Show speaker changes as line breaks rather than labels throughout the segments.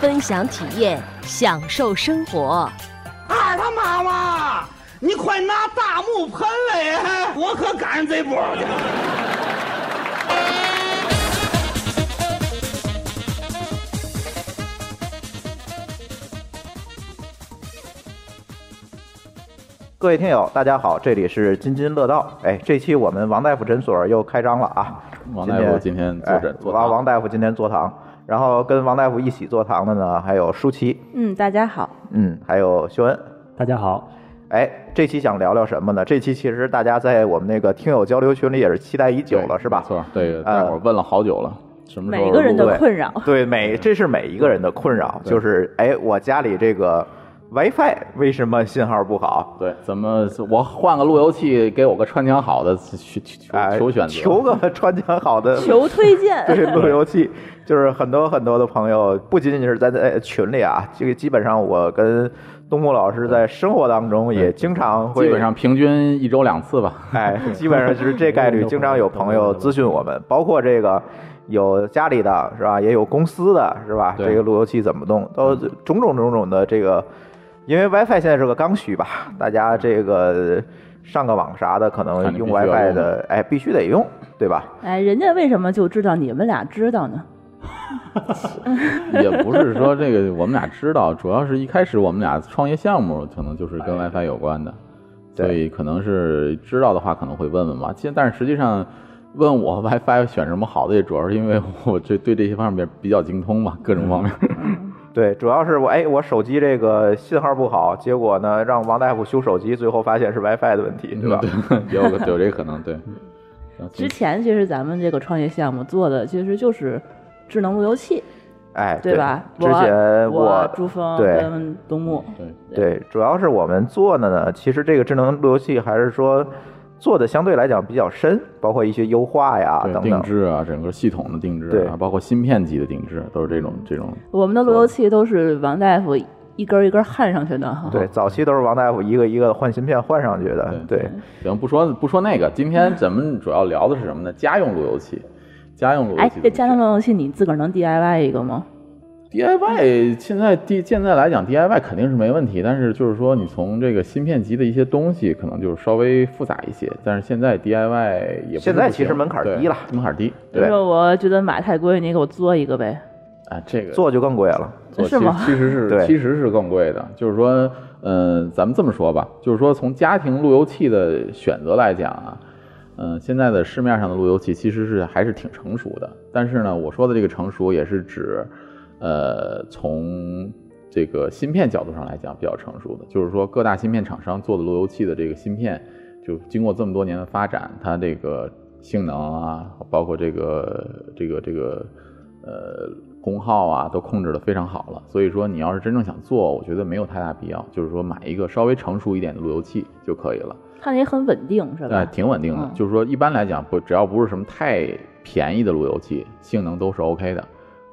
分享体验，享受生活。
二他妈妈，你快拿大木盆来，我可赶上这波去了。
各位听友，大家好，这里是津津乐道。哎，这期我们王大夫诊所又开张了啊！
王大夫今天坐诊
哎
坐
王
堂
王大夫今天坐堂，然后跟王大夫一起坐堂的呢，还有舒淇，
嗯，大家好。
嗯，还有秀恩。
大家好，
哎，这期想聊聊什么呢？这期其实大家在我们那个听友交流群里也是期待已久了，是吧嗯
没？错，这个大伙儿问了好久了，什么时候
每个人
录
的
对
困扰
对，每这是每一个人的困扰，
对
就是哎，我家里这个 WiFi 为什么信号不好？
对，怎么我换个路由器，给我个穿墙好的，求求
哎，
求选择，
求个穿墙好 的，
求推荐。
对路由器，就是很多很多的朋友，不仅仅是在在群里啊，这个基本上我跟东木老师在生活当中也经常会，
基本上平均一周两 次吧。
哎，基本上就是这概 率，经常有朋友咨询我们，包括这个。有家里的是吧，也有公司的是吧？
对嗯
这个路由器怎么弄，都种种种种的这个，因为 WiFi 现在是个刚需吧，大家这个上个网啥的，可
嗯看
能
你
用
必须要
WiFi
用
的，哎，必须得用，对吧？
哎，人家为什么就知道你们俩知道呢？
也不是说这个我们俩知道，主要是一开始我们俩创业项目可能就是跟 WiFi 有关的，
哎对
所以可能是知道的话可能会问问吧。其实但是实际上问我 WiFi 选什么好的，也主要是因为我这对这些方面比较精通嘛，各种方面。
嗯对，主要是我哎，我手机这个信号不好，结果呢让王大夫修手机，最后发现是 WiFi 的问题，对
嗯
吧？嗯
也 有个有这个可能，对。嗯
之前其实咱们这个创业项目做的其实就是智能路由器，
哎，
对吧？
之前
我
我
朱峰
对
跟东木，
对
对，主要是我们做的呢，其实这个智能路由器还是说做的相对来讲比较深，包括一些优化呀
对
等
定
等。
制啊，整个系统的定制
对嗯
啊，包括芯片级的定制，都是这种这种。
我们的路由器都是王大夫一根儿一根儿焊上去的哈。
对，早期都是王大夫一个一个换芯片换上去的。
对
对，
行，不说不说那个，今
嗯
天咱们主要聊的是什么呢？家用路由器，家用路由
哎
器怎么选。，
这家庭路由器你自个儿能 DIY 一个吗？
DIY 现在 D 现在来讲 DIY 肯定是没问题，但是就是说你从这个芯片级的一些东西，可能就是稍微复杂一些。但是现在 DIY 也不是
现在
不行
其实门槛
对
低了
门槛低。
就
对
是我觉得马太贵，你给我做一个呗。
啊，这个
做就更贵了。
做
是吗
其实其实
对
是其实是更贵的，就是说，嗯、咱们这么说吧，就是说从家庭路由器的选择来讲啊，嗯、现在的市面上的路由器其实是还是挺成熟的，但是呢，我说的这个成熟也是指，呃，从这个芯片角度上来讲比较成熟的，就是说各大芯片厂商做的路由器的这个芯片，就经过这么多年的发展，它这个性能啊，包括这个这个这个呃功耗啊，都控制的非常好了。所以说，你要是真正想做，我觉得没有太大必要，就是说买一个稍微成熟一点的路由器就可以了，
看着也很稳定，是吧？
呃，挺稳定的。
嗯
就是说，一般来讲，不只要不是什么太便宜的路由器，性能都是 OK 的，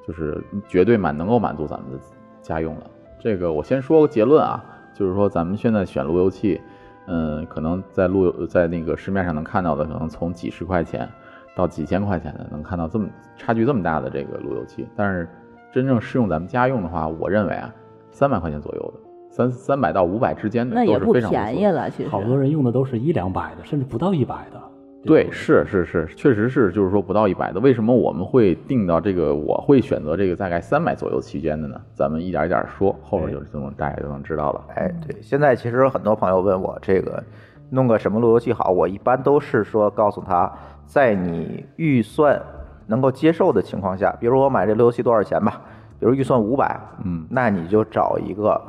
就是绝对满能够满足咱们的家用了。这个我先说个结论啊，就是说咱们现在选路由器，嗯，可能在路由在那个市面上能看到的，可能从几十块钱到几千块钱的，能看到这么差距这么大的这个路由器。但是真正适用咱们家用的话，我认为啊，三百块钱左右的，三三百到五百之间的
那
都
也
是
不
非常不错
便宜
的
了，其实。
好多人用的都是一两百的，甚至不到一百的。
对，是是是，确实是，就是说不到一百的。为什么我们会定到这个？我会选择这个大概三百左右期间的呢？咱们一点一点说，后面就这种大家就能知道了。
哎，对，现在其实很多朋友问我这个弄个什么路由器好，我一般都是说告诉他，在你预算能够接受的情况下，比如我买这路由器多少钱吧，比如预算五百，
嗯
那你就找一个，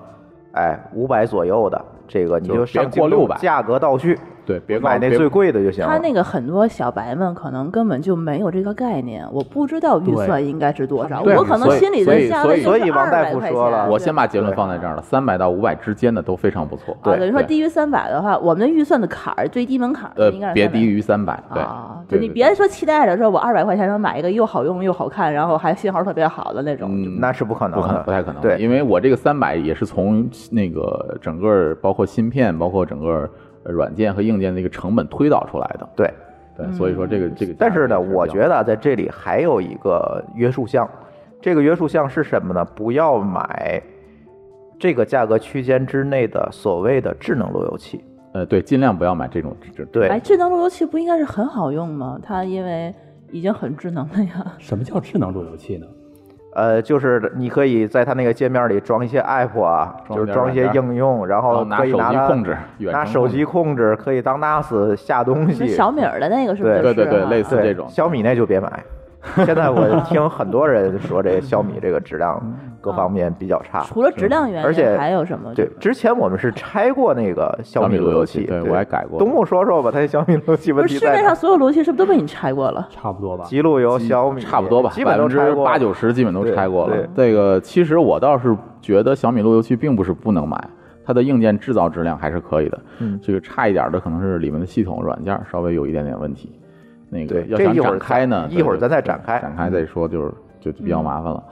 哎，五百左右的这个，你
就是
上
别过
京东
600
价格倒序，
对，别告
买那
别
最贵的就行了。
他那个很多小白们可能根本就没有这个概念，我不知道预算应该是多少，
对
我可能
所以
心里
所
的
以
价
所以
位就是
所以王大夫
200块
说了
钱啊
我
对
先把结论放在这儿了，三百到五百之间的都非常不错。
啊，等于说
对
低于三百的话，我们的预算的坎儿最低门槛儿
呃
应该是
别
300
低于三百，对
啊，，就
对
你
对
别说期待着说我二百块钱能买一个又好用又好看，然后还信号特别好的那种，
嗯
那是不可能
不可能，
的，
不太可能。
对，
因为我这个三百也是从那个整个包括芯片，包括整个呃软件和硬件的一个成本推导出来的。
对。
对，所以说这个这个价格也比较，
但是呢，我觉得在这里还有一个约束项，这个约束项是什么呢？不要买这个价格区间之内的所谓的智能路由器。
呃，对，尽量不要买这种这这
哎，
对，
智能路由器不应该是很好用吗？它因为已经很智能了呀。
什么叫智能路由器呢？
呃，就是你可以在它那个界面里装一些 app 啊，
装
就
一点
是装一些
软件
应用，然
然
后
后拿
可以
手
拿
机
它
控制远
拿
程
手
控制
机控制，可以当 NAS 下东
那
西。
小米儿的那个是不是
对
就是啊？
对对对类似
对
这种
小米那就别买。现在我听很多人说这小米这个质量各方面比较差，
除了
嗯
质量原因，
而且
还有什么？
对，之前我们是拆过那个小米
小米路由器
器，
对我还改过
东木说说吧，他小米路由器问
不
题
是市面
在
上
哪？
所有路由器是不是都被你拆过了？
差不多吧。
极路由、小米
差不多吧，
基本
百分
都
之
拆过了
八九。十基本都拆过了
对。
这个其实我倒是觉得小米路由器并不是不能买，它的硬件制造质量还是可以的。
嗯
这个差一点的可能是里面的系统软件稍微有一点点问题。那个
对
要
这
想
一会儿
展开呢，
咱一会儿
对
咱再展开
展开再说就是就就比较麻烦了。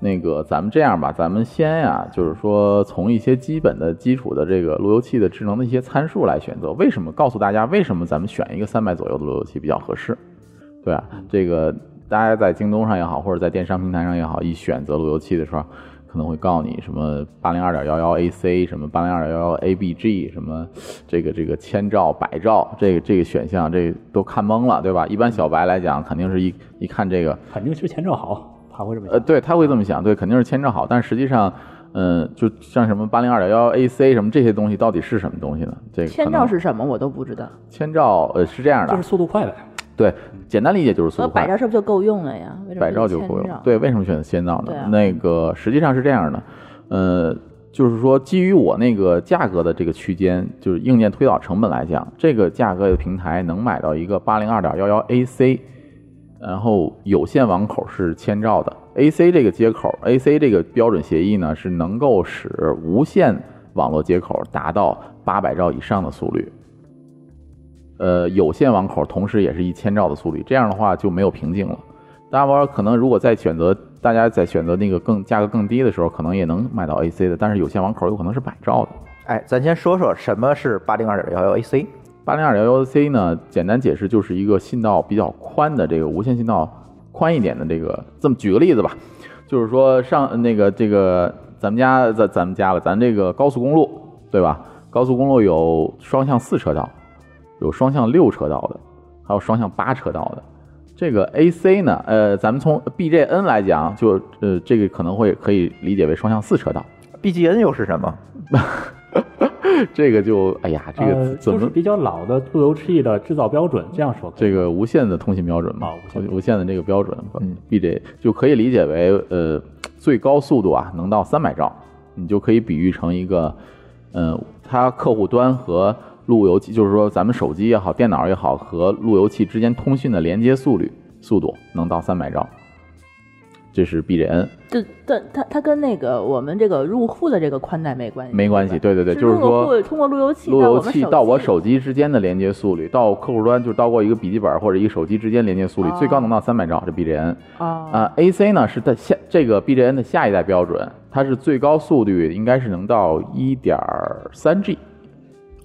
那个，咱们这样吧，咱们先呀、就是说从一些基本的、基础的这个路由器的智能的一些参数来选择。为什么告诉大家为什么咱们选一个三百左右的路由器比较合适？对啊，
嗯
这个大家在京东上也好，或者在电商平台上也好，一选择路由器的时候，可能会告诉你什么八零二点幺幺 AC，什么八零二点幺幺 ABG，什么这个这个千兆、百兆，这个这个选项这个都看懵了，对吧？一般小白来讲，肯定是一一看这个，
肯定是前兆好，他会这么想。
呃，对，他会这么想，对，肯定是千兆好，但实际上。嗯，就像什么八零二点幺幺 AC 什么这些东西，到底是什么东西呢？这个可
千
能
兆是什么？我都不知道。
千兆，呃，是这样的
就是，速度快呗。
对，简单理解就是速
那
度快。
呃百兆是不是就够用了呀？为什么
百兆
是
就
千
够用
兆。
对，为什么选择千兆呢
对啊？
那个实际上是这样的，呃，就是说基于我那个价格的这个区间，就是硬件推导成本来讲，这个价格的平台能买到一个八零二点幺幺 AC，然后有线网口是千兆的，AC 这个接口，AC 这个标准协议呢是能够使无线网络接口达到八百兆以上的速率。呃，有线网口同时也是一千兆的速率，这样的话就没有瓶颈了。大家玩儿可能如果再选择，大家在选择那个更价格更低的时候，可能也能买到 AC 的，但是有线网口有可能是百兆的。
哎，咱先说说什么是八零二点幺幺 AC。
八零二幺幺 C 呢，简单解释就是一个信道比较宽的这个无线信道宽一点的这个。这么举个例子吧，就是说上那个这个咱们家咱咱们家了，咱这个高速公路对吧？高速公路有双向四车道，有双向六车道的，还有双向八车道的。这个 AC 呢，呃，咱们从 BJN 来讲，就呃这个可能会可以理解为双向四车道。
BGN 又是什么？
这个就哎呀，这个
呃，
怎
就
么、
是比较老的路由器的制造标准，这样说可以。
这个无线的通信标准嘛，
啊无线
无线的这个标准
嗯
，BJ 就可以理解为呃最高速度啊能到三百兆，你就可以比喻成一个，嗯，它客户端和路由器，就是说咱们手机也好，电脑也好，和路由器之间通讯的连接速率速度能到三百兆，这是 BJN
就但它它跟那个我们这个入户的这个宽带没关系，
没关系，
吧，
对对对，
是
就是
入
说
户通过路由器
路由
我们
器到我手机之间的连接速率，到客户端就是到过一个笔记本或者一个手机之间连接速率，
哦
最高能到三百兆，这 BJN。
啊
啊、a c 呢是在下这个 BJN 的下一代标准，它是最高速率应该是能到一点三 G，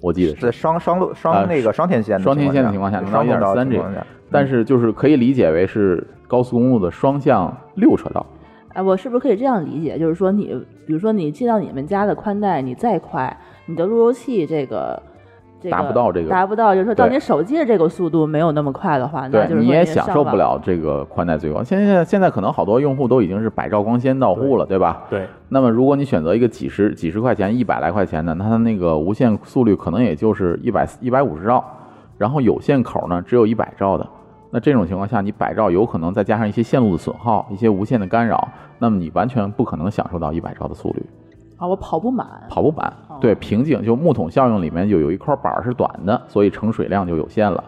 我记得
是
是
双双路
呃
双那个双天线的
双天线的情况下能到
双
一
通
点
道的
三
情
G，
况下。
但是就是可以理解为是高速公路的双向六车道。
哎，我是不是可以这样理解？就是说你，比如说你进到你们家的宽带，你再快，你的路由器这个。这个、
达不到这个
达不到，就是说到
对
你手机的这个速度没有那么快的话，那
对
就，是说
你也
的
享
上
受
网
不了这个宽带最高。现在现在可能好多用户都已经是百兆光纤到户了，对吧？
对，
那么如果你选择一个几十几十块钱、一百来块钱的，那它那个无线速率可能也就是一百一百五十兆，然后有线口呢只有一百兆的。那这种情况下，你百兆有可能再加上一些线路的损耗、一些无线的干扰，那么你完全不可能享受到一百兆的速率，
啊，我跑不满。
跑不满。对，瓶颈就木桶效应里面就有一块板儿是短的，所以盛水量就有限了。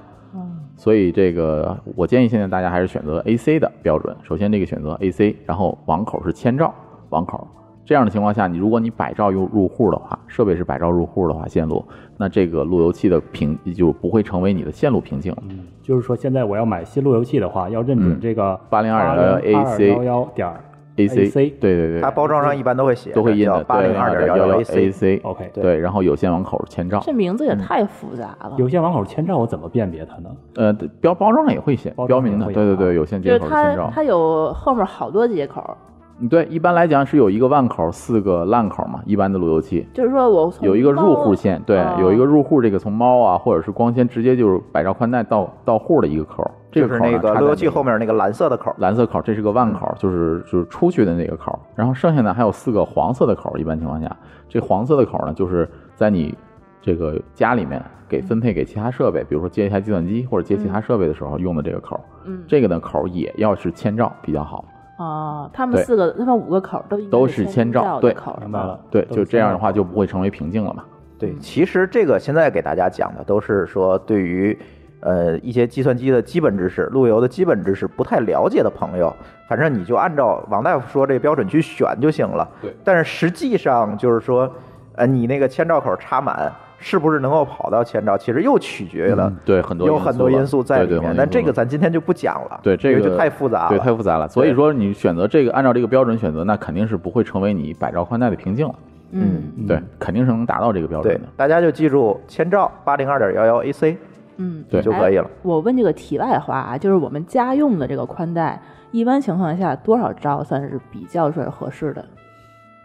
所以这个我建议现在大家还是选择 AC 的标准。首先这个选择 AC，然后网口是千兆网口。这样的情况下，你如果你百兆入入户的话，设备是百兆入户的话，线路，那这个路由器的瓶就不会成为你的线路瓶颈了。
就是说现在我要买新路由器的话，要认准
嗯
这个
802
幺
的 AC
幺幺点
AC，
AC
对对对
它，包装上一般都会写，
都会印的
八零二点幺幺 AC。
AC。
OK
对，然后有线网口千兆
这，名
嗯
字也太复杂了。
有线网口千兆，我怎么辨别它呢？
呃，标包装上也会写
包装
标
上也
明的，
会
对对
有啊
对，有线
就
接
是
口千
它
兆，
它有后面好多接口，
嗯对，一般来讲是有一个万口，四个烂口嘛，一般的路由器。
就是说我从
有一个入
猫
户线，对，
哦
有一个入户，这个从猫啊，或者是光纤直接就是百兆宽带到到户的一个口，这
就
个
是
口呢
那
插
个
在
路由器
那个
后面那个蓝色的口，
蓝色口，这是个万
嗯
口，就是就是出去的那个口。然后剩下的还有四个黄色的口，一般情况下，这黄色的口呢，就是在你这个家里面给分配给其他设备，比如说接一台计算机或者接其他设备的时候用的这个口。
嗯
这个呢口也要是千兆比较好。
哦，他们
对
四个他们五个口都应该
都
是
是
千
千兆
的
对
口，
明白了。
对，
都
就是这样的
千兆
话就不会成为瓶颈了嘛。
对，其实这个现在给大家讲的都是说对于呃一些计算机的基本知识、路由的基本知识不太了解的朋友，反正你就按照王大夫说这个标准去选就行了。
对，
但是实际上就是说，呃，你那个千兆口插满是不是能够跑到千兆，其实又取决于了、
嗯对很多
有
因素
很多
了
因素在
对
里
对
面
很。多
但
因
这
素
个
了
咱今天就不讲了，
对，这
因为
个
就太复杂了，
对，太复杂了。所以
对
说你选择这个，按照这个标准选择，那肯定是不会成为你百兆宽带的瓶颈了。
嗯
对，肯定是能达到这个标准
对
的。，
大家就记住千兆八零二点幺幺 AC
嗯，
对
就可以了。
哎我问这个题外话啊，就是我们家用的这个宽带，一般情况下多少兆算是比较算是合适的？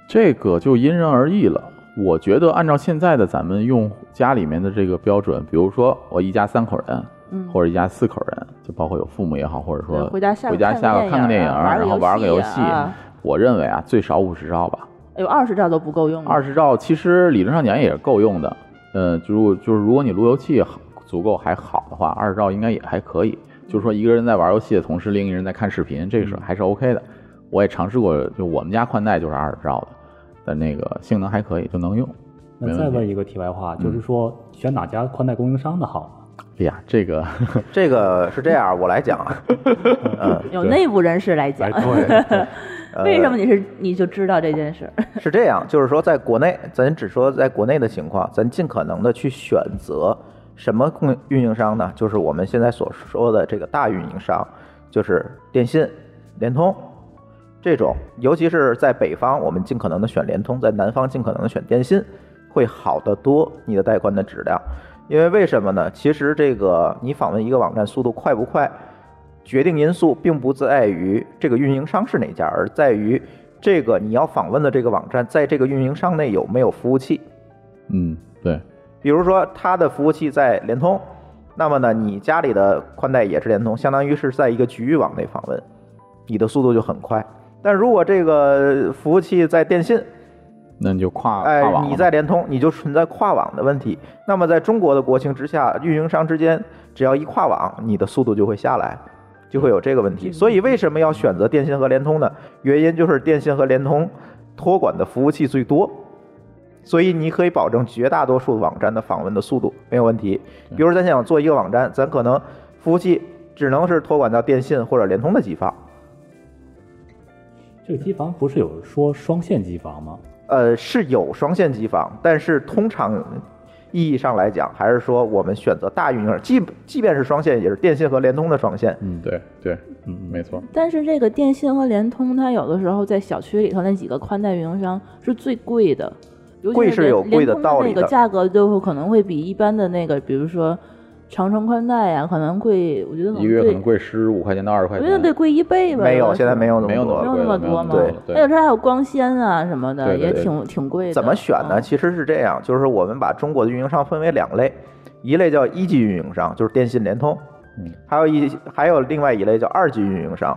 这个就因人而异了。我觉得按照现在的咱们用户家里面的这个标准，比如说我一家三口人，
嗯，
或者一家四口人，就包括有父母也好，或者
对
说
回家下个
回家下个
看
看
个
个电
电影
影，
啊玩个
然后玩个
游
游
戏
戏
啊。
我认为啊，最少五十兆吧。
有二十兆都不够
嗯
用吗？
二十兆其实理论上讲也是够用的，呃，如果就是如果你路由器好足够还好的话，二十兆应该也还可以。就是说一个人在玩游戏的同时，另一个人在看视频，这个
嗯
是还是 OK 的。我也尝试过，就我们家宽带就是二十兆的，但那个性能还可以，就能用。没
那
问
再
题
问一个题外话，就是说选哪家宽带供应商的好呢？
哎呀，这个
这个是这样，我来讲 啊，嗯，
有内部人士来
哎
讲，
哎
呃
呃
为什么你是你就知道这件事？
是这样，就是说，在国内，咱只说在国内的情况，咱尽可能的去选择什么供运营商呢？就是我们现在所说的这个大运营商，就是电信、联通这种，尤其是在北方，我们尽可能的选联通，在南方尽可能的选电信，会好得多你的带宽的质量。因为为什么呢？其实这个你访问一个网站速度快不快，决定因素并不在于这个运营商是哪家，而在于这个你要访问的这个网站在这个运营商内有没有服务器。
嗯，对，
比如说，它的服务器在联通，那么呢，你家里的宽带也是联通，相当于是在一个局域网内访问，你的速度就很快。但如果这个服务器在电信，
那你就跨
哎
跨网，了
你在联通，你就存在跨网的问题。那么在中国的国情之下，运营商之间只要一跨网，你的速度就会下来，就会有这个问
嗯
题。所以为什么要选择电信和联通呢？原因就是电信和联通托管的服务器最多。所以你可以保证绝大多数网站的访问的速度没有问题。
嗯
比如咱想做一个网站，咱可能服务器只能是托管到电信或者联通的机房，
这个机房不是有说双线机房吗？
呃，是有双线机房，但是通常意义上来讲，还是说我们选择大运营商，即即便是双线，也是电信和联通的双线。
嗯，对对，嗯，没错。
但是这个电信和联通，它有的时候在小区里头那几个宽带运营商是最贵的，尤其
贵
联
是有贵的道理
联通那个
的
价格就会可能会比一般的那个，比如说长城宽带呀、可能贵，我觉
嗯
得可
一个月可
贵
能，贵十五块钱到二十块
我
钱，
觉得得贵一倍吧。
没有，
的
现在没
时
有那
没
么
有
候
多。
没有那么多
没
吗？
有那么多对
还有这还有光纤啊什么的，
对对
也
对
挺挺贵的。
怎么选呢？
嗯
其实是这样，就是我们把中国的运营商分为两类，一类叫一级运营商，就是电信、联通，
嗯
还有一还有另外一类叫二级运营商，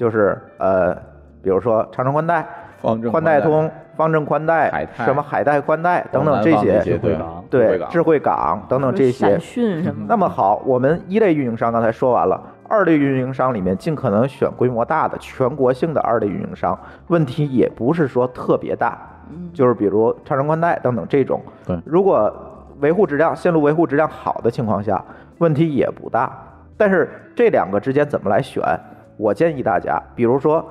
就是呃，比如说长城宽带、
方正
宽
带
带通、方正宽
海
带、
泰
什么海带宽带等等
广
这
南方
些
这，些
会
对
港
对
港
智慧港等等这
闪
些。
讯什么的。
嗯那么好，我们一类运营商刚才说完了，二类运营商里面尽可能选规模大的、全国性的二类运营商。问题也不是说特别大，
嗯
就是比如长城宽带等等这种。
对
如果维护质量、线路维护质量好的情况下，问题也不大。但是这两个之间怎么来选？我建议大家，比如说，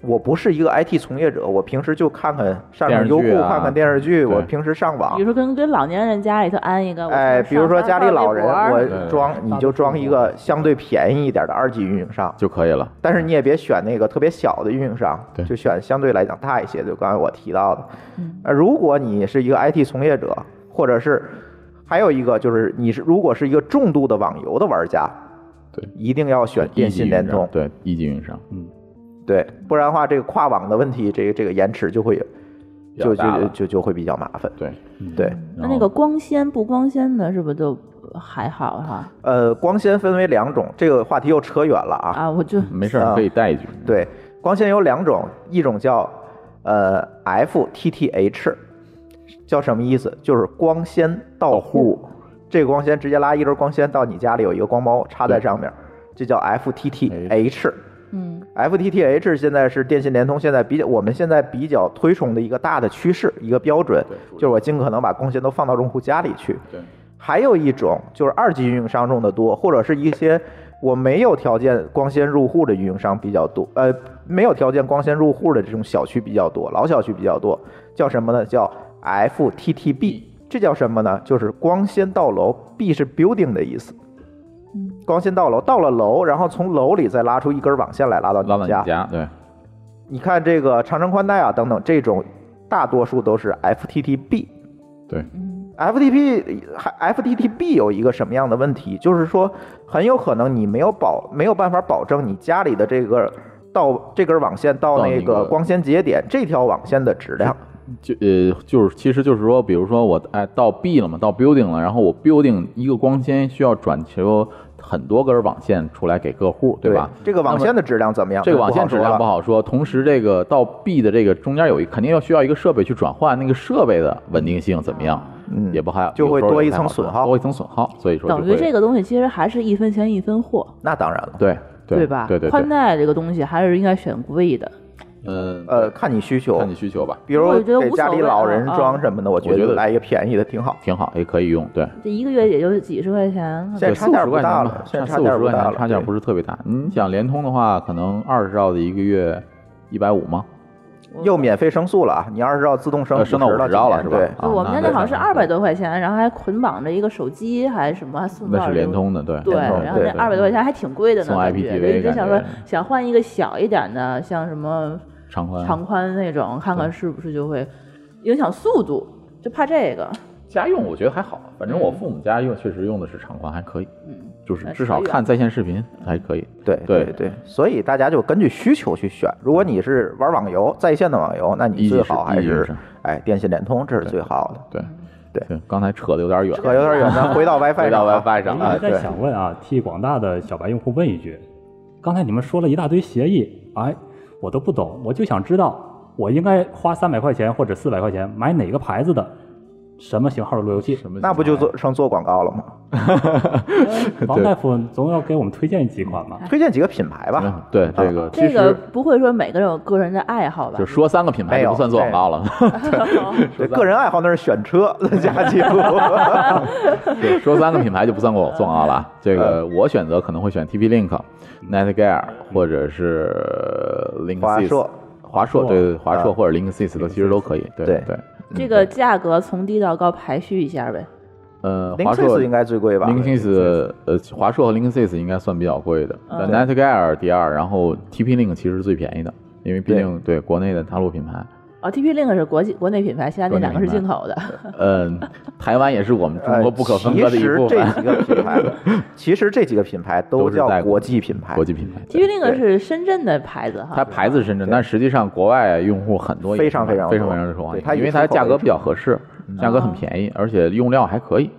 我不是一个 IT 从业者，我平时就看看上
电
上
视
优酷、
剧啊
看看电视剧，
对
我平时上网
比如，说跟跟老年人家里头安一个，我
哎，
上
比如说
上
家里
上
老
微
人，
博儿
对
我装你就装一个相对便宜一点的二级运营商，
就可以了。
但是你也别选那个特别小的运营商
对，
就选相对来讲大一些，就刚才我提到的。
嗯
呃，如果你是一个 IT 从业者，或者是还有一个就是你是如果是一个重度的网游的玩家，
对
一定要选电信联通，
对一级运营商，
对，不然的话这个跨网的问题，这个这个延迟就会
比较
就
大
就
了嗯
就就会比较麻烦，
对，
对。
那那个光纤不光纤的，是不是就还好哈？
呃，光纤分为两种，这个话题又扯远了啊。
啊，我就
嗯没事
啊
儿可以带一句，
对，光纤有两种，一种叫呃 FTTH，叫什么意思？就是光纤到户，这个光纤直接拉一根光纤到你家里，有一个光猫插在上面，这叫 FTTH。
嗯
FTTH 现在是电信联通现在比较我们现在比较推崇的一个大的趋势，一个标准，就是我尽可能把光纤都放到用户家里去。
对，
还有一种就是二级运营商用的多，或者是一些我没有条件光纤入户的运营商比较多，呃，没有条件光纤入户的这种小区比较多，老小区比较多，叫什么呢？叫 FTTB，这叫什么呢？就是光纤到楼，B 是 building 的意思。光纤到楼，到了楼，然后从楼里再拉出一根网线来，拉到
拉到
你
你
家。
家，对，
你看这个长城宽带啊等等这种，大多数都是 FTTB。
对
FTP 还 FTTB 有一个什么样的问题？就是说，很有可能你没有保没有办法保证你家里的这个到这根网线到
到
那
那个
个光纤节点这条网线的质量。
就呃就是其实就是说，比如说我哎到 B 了嘛，到 building 了，然后我 building 一个光纤需要转球很多根网线出来给客户，
对
吧？
这个网线的质量怎么样？
这个网
不好
线质量
说
不
了。
好说，同时这个到 B 的这个中间有一肯定要需要一个设备去转换，那个设备的稳定性怎么样？
嗯
也不还
就会
有时候
多
也
一
不
层
太好说
损耗
多一层损耗，所以说
等
就
于
会
这个东西其实还是一分钱一分货，
那当然了，
对
对
对
吧？
对对，对
宽带这个东西还是应该选贵的，
嗯
呃，看你需求
看，你需求吧，
比如
我觉得
给
无
家
所
里
谓
老
啊
人
啊
装什么的，我觉
我觉
得
得
来一个便宜的挺好。
挺好，也可以用，对。
这一个月也就几十块钱。
现在差
四五
价
十
不
块
大
钱
了
吧，，
现在
四
差
五
价
十
不
块
大
钱
了，
差价
对
不是特别大。你想联通的话，可能二十兆的一个月一百五吗？
又免费升速了啊！你二十兆自动升
呃升到
50
50兆了
今
是吧
年对
啊
就我们家那好像是
那嗯
二
那
百多块钱，然后还捆绑着一个手机，还什么还送到
那是联。通的，对
对，
联通
然后那
对
二百多块钱还挺贵的呢，
送
感觉
IPTV
就一直想说
感觉
想换一个小一点的，像什么
长宽
长宽那种，
嗯
看看是不是就会影响速度，就怕这个。
家用我觉得还好，反正我父母家用确实用的是长宽，还可以，
嗯，
就是
那
至少
扯远
看在线视频还可以。
对
对
对对，所以大家就根据需求去选。如果你是玩网游在线的网游，那你
一级
最
是
好还
一级
是
是
哎电信联通，这是最好的。
对
对，
刚才扯的有点远，
扯有点远，咱回到 WiFi
回
上
到
啊。
WiFi
我
上
一
啊
直
哎，对
在想问啊，替广大的小白用户问一句：刚才你们说了一大堆协议，哎，我都不懂，我就想知道我应该花三百块钱或者四百块钱买哪个牌子的，什么型号的路由器？什么
那不就
嗯
做成做广告了吗？
王大夫总要给我们推荐几款吧？
推荐几个品牌吧。
嗯对这
啊
个其
这个
实
不会说每个人有个人的爱好吧
就？说三个品牌就不算做广告了，
对，个人爱好那是选车，家记录。
对，说三个品牌就不算广广告
嗯
了啊。这个我选择可能会选 TP Link、Netgear 或者是 Link
华
Sys
硕嗯
华硕对对对华硕或者 Link Sys 都其实都可以。对
对
嗯对，
这个价格从低到高排序一下呗。
呃，
零
华
七
硕
四应该最贵吧？
Link Sys 呃，华硕和 Link Sys 应该算比较贵的，
嗯
但 Netgear 第二，然后 TP Link 其实是最便宜的，因为毕竟对国内的大陆品牌，
哦，TP Link 是国际国内品牌，其他那
国内
两个是
品牌
进口的。
嗯， 台湾也是我们中
呃
国不可分割的
其
一
实
部
这
分，
几个品牌，其实这几个品牌都
都是
叫
在
国际品牌，
国际品牌。对
TP Link 是深圳的牌子
它
哈，
牌子是深圳，但实际上国外用户很多
啊
也
非
是
常非常
非常
多
非常受欢
对
迎，
它以
因为
出
它
口嗯
价
为
格
主
比较合适，价格很便宜，而且用料还可以，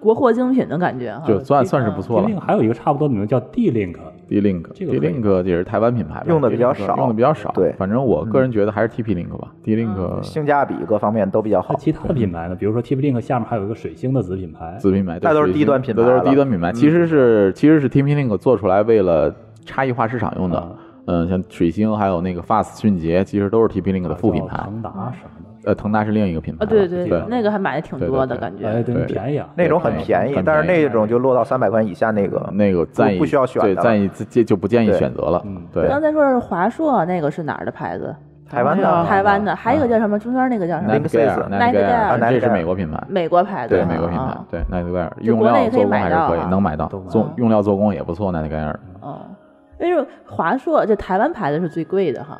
国货精品的感觉哈，
就算算是
啊
嗯
不错
另
了
另。还有一个差不多的名字叫 D Link，
D-Link
这个可以
D-Link 也是台湾品牌吧，
用得比较少
D-Link 用的比较少。
对嗯
反正我个人觉得还是 TP Link 吧，D-Link
性价比各方面都比较好
那。其他的品牌呢？比如说 TP-Link 下面还有一个水星的子品牌，
子品牌，
那都是低端品牌
这都是
了嗯
低端品牌。其实是其实是 TP Link 做出来为了差异化市场用的
啊
嗯。
嗯，像水星还有那个 Fast 迅捷，其实都是 TP Link
啊
的副品
叫
牌。
腾达什么的，
呃，腾达是另一个品牌
啊，
了。
对
对
那个还买的挺多的
对对对
感觉，
哎，对，
对
便宜啊，
那种很
对
便宜
很，
但是
便宜
那种就落到三百块以下那个，
那个暂
不
议
不需要选
对，
的了
暂议自就不建议
对
选择了
嗯。
对，
刚才说是华硕那个是哪儿的牌子？哦
台湾
啊
的
台湾的，还有一个叫什么？中间那个叫什么？
Nike Nike
Nike
Nike
Air，这是
啊 Nike
美国品牌。
美国牌子，
对，
啊
美国品牌
啊，
对奈德盖尔，
就
用
国内
料
也可以
做工
买
还是
到
可以
啊，
能买到
都买，
做
到
用料做工也不错，奈德盖尔。
哦，因为华硕这台湾牌子是最贵的哈，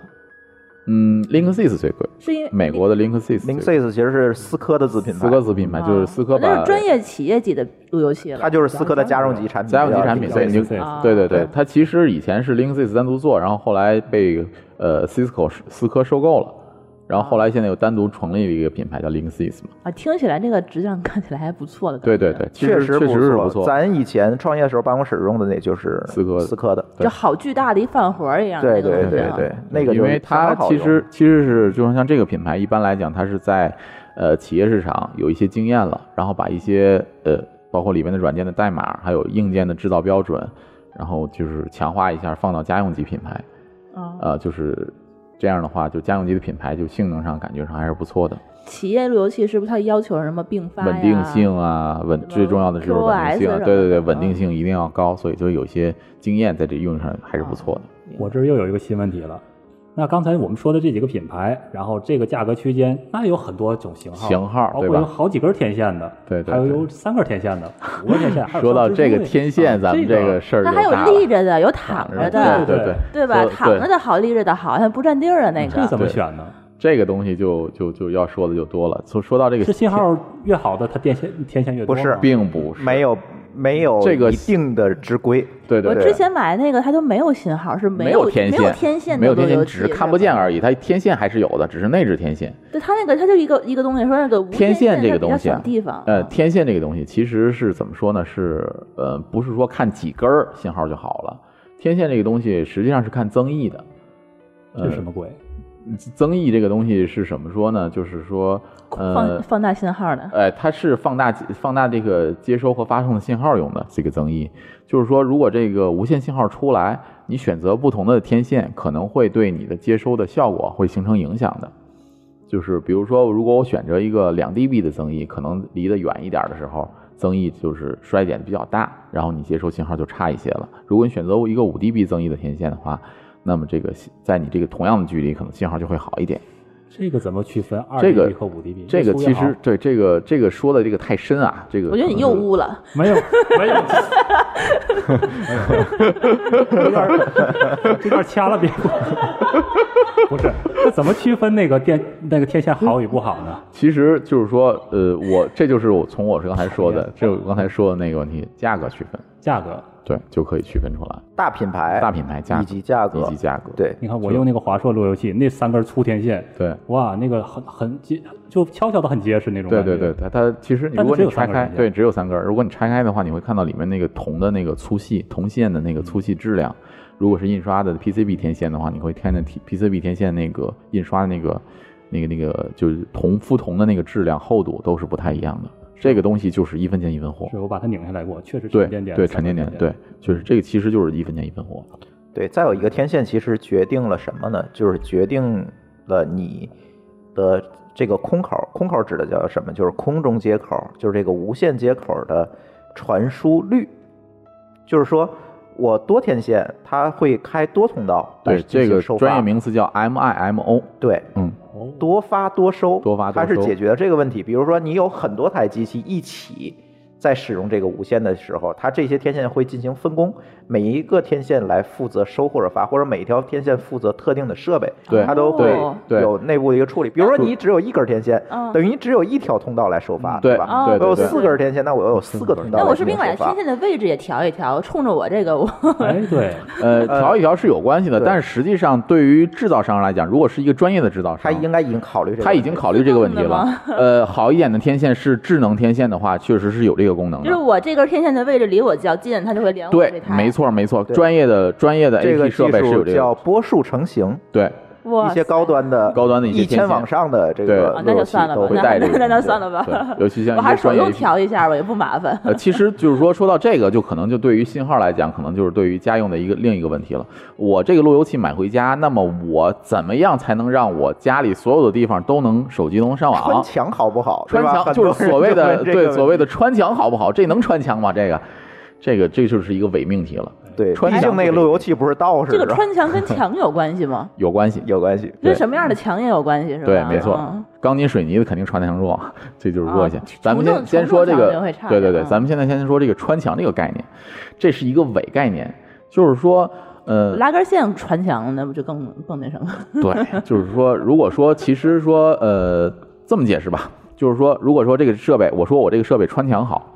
嗯，Link Six 最贵，
是因为
美国的 Link Six，
零 six 其实是思科的子品牌
思，科子品牌就是思科
哦啊那
把
是专业企业级的路由器了，
它就是思科的家用级产品，
家用级产品，
叫
对，
Link
你就
Six
对
啊
对对对，它其实以前是 Link Six 单独做，然后后来被呃 Cisco 思科收购了，然后后来现在又单独成立了一个品牌叫 Link Six 嘛，
啊，听起来这个质量看起来还不错的，
对对，对，其
确
实
实
确实是不
错。
错，
咱以前创业的时候，办公室用的那就是
思科的
思科的，
就好巨大的一饭盒一样，
对
那个
对
东西
对
啊
对，那个
嗯因
就
为
相
它
当好
其
用
实其实是就是像这个品牌，一般来讲，它是在呃企业市场有一些经验了，然后把一些呃包括里面的软件的代码，还有硬件的制造标准，然后就是强化一下，放到家用级品牌，
啊，
呃，就是这样的话，就家用级的品牌就性能上感觉上还是不错的，
企业路由器是不是它要求什么并发呀
稳定性啊，稳
什么
最重要的是稳定性啊，
QoS
对对对，
什么的嗯
稳定性一定要高，所以就有些经验在这用上还是不错的。
我这儿又有一个新问题了。那刚才我们说的这几个品牌，然后这个价格区间，那有很多种型号，
型号
包
对
括
吧
有好几根天线的，
对对
还有
对
有三根天线的，五个天线。还有
说到
上
这个
支付的
天
啊
线，咱们
这
这
个
个事儿
啊它
就
还有
大了
立着的，有躺着的，
哎对
对
对
对
对吧？
说
躺着的好，立着的好，像不占地儿的啊那
这
个，
怎么选呢？
这个东西就就就要说的就多了。说说到这个
是信号越好的，它电线天线越多吗。
不是
并不是
没有没有
这个
一定的直规，
对对
我
对
之前买的那个它都没有信号，是
没
有
天线，
没有天线
没
的
有
路
天线，
由
只
器，
是看不见而已。它天线还是有的，只是内置天线。
对它那个，它就一个一个东西，说那个无
天线
线
这
它
个
比较
东西啊
小地方，
呃，
嗯
天线这个东西其实是怎么说呢？是呃，不是说看几根儿信号就好了。天线这个东西实际上是看增益的。
这是什么鬼？
增益这个东西是什么说呢？就是说，呃
放，放大信号的，
呃，它是放大放大这个接收和发送的信号用的这个增益，就是说，如果这个无线信号出来，你选择不同的天线，可能会对你的接收的效果会形成影响的。就是比如说，如果我选择一个两 dB 的增益，可能离得远一点的时候，增益就是衰减比较大，然后你接收信号就差一些了。如果你选择一个五 dB 增益的天线的话，那么这个信在你这个同样的距离，可能信号就会好一点。
这个怎么区分二
这个
dB 和五 dB？
这个
粗
其
越好
实对这个这个说的这个太深啊，这个
我觉得你又
可能是
污了，
没 有没有，这段儿这段儿掐了别播。不是，那怎么区分那个电那个天线好与不好呢？
其实就是说，呃，我这就是我从我刚才说的，这我刚才说的那个问题，价格区分，
价格，
对，就可以区分出来，
大品牌
大品牌价格
以及价格
以及价格，
对
你看我用那个华硕路由器，那三根粗天线，
对
哇，那个很很结，就敲敲的很结实那种
对
感觉。
对对，它它其实你如果你拆开，对，只有三根儿。如果你拆开的话，你会看到里面那个铜的那个粗细，铜线的那个粗细质量。如果是印刷的 PCB 天线的话，你会看见 T PCB 天线那个印刷的那个那个那个就是铜肤铜的那个质量厚度都是不太一样的。这个东西就是一分钱一分货
是，我把它拧下来过，确实
对
沉甸甸，
对，沉甸甸，对，，就是这个其实就是一分钱一分货。
对，再有一个天线其实决定了什么呢？就是决定了你的这个空口，空口指的叫什么？就是空中接口，就是这个无线接口的传输率。就是说我多天线，它会开多通道，来
对，
进
这
行
个
收
专业
发
名词叫 MIMO，
对，
嗯，
多发多收，
多发多
它是
收
解决了这个问题。比如说，你有很多台机器一起在使用这个无线的时候，它这些天线会进行分工，每一个天线来负责收或者发，或者每一条天线负责特定的设备，
对
它都会
哦
对对
有内部的一个处理。比如说，你只有一根天线，
嗯
等于你只有一条通道来收发，
对
吧？
哦
对
我有
对对
四根天线，那我有四个通道
那
来
我
进
是
行
不是应该
收
把
发
天线的位置也调一调，冲着我这个我
哎对，
呃，调一调是有关系的，
对
但是实际上对于制造商来讲，如果是一个专业的制造商，
它应该已经考虑这个问题，
他已经考虑这个问题了。呃，好一点的天线是智能天线的话，确实是有这这个功能
就
的
是。我这根天线的位置离我较近，它就会连我这
对，
台。
没，错没错，
对
专业的专业的
这
AT
个
设
技
备是有
术
这个
叫，波束成型，
对
哇，
一些高端的
高端的一些
一
天
千
线
往上的这个
对
啊，
路
那
由
就
器
算了吧
都，会
那
带这个
那那算了吧
对。尤其像一
我
些
还是手
专业
动
APP
调一下吧，也不麻 烦。
呃， 其实就是说，说到这个，就可能就对于信号来讲，可能就是对于家用的一个另一个问题了。我这个路由器买回家，那么我怎么样才能让我家里所有的地方都能手机都能上
穿
网？
墙好不好？
穿
对吧
墙
很
就
多
是
人
所谓的
问这个
对所谓
问
的穿墙好不好？这能穿墙吗？这个，这个这就是一个伪命题了，
题对，
穿
毕
墙
竟那
这
个
个
路由器不是道士，
这个
是吧
穿墙跟墙有关 系吗？
有关系。
有关系。
跟
啊对
什么样的墙也有关系，是吧？
对，没错
嗯，
钢筋水泥的肯定穿墙弱， 这就是弱些
啊。
咱们
承
先
重
先说这
承重
个
墙也会差，
对对
点
对，
啊
咱们现在先说这个穿墙这个概念，这是一个伪概念，就是说，呃，
拉根线穿墙，那不就更更那什么？
对，就是说，如果说其实说，呃，这么解释吧，就是说，如果说这个设备，我说我这个设备穿墙好，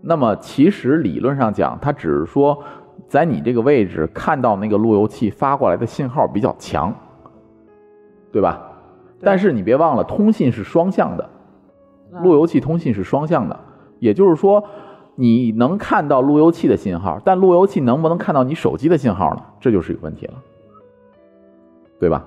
那么其实理论上讲，它只是说在你这个位置看到那个路由器发过来的信号比较强，对吧？但是你别忘了，通信是双向的，路由器通信是双向的，也就是说。你能看到路由器的信号，但路由器能不能看到你手机的信号呢？这就是一个问题了，对吧？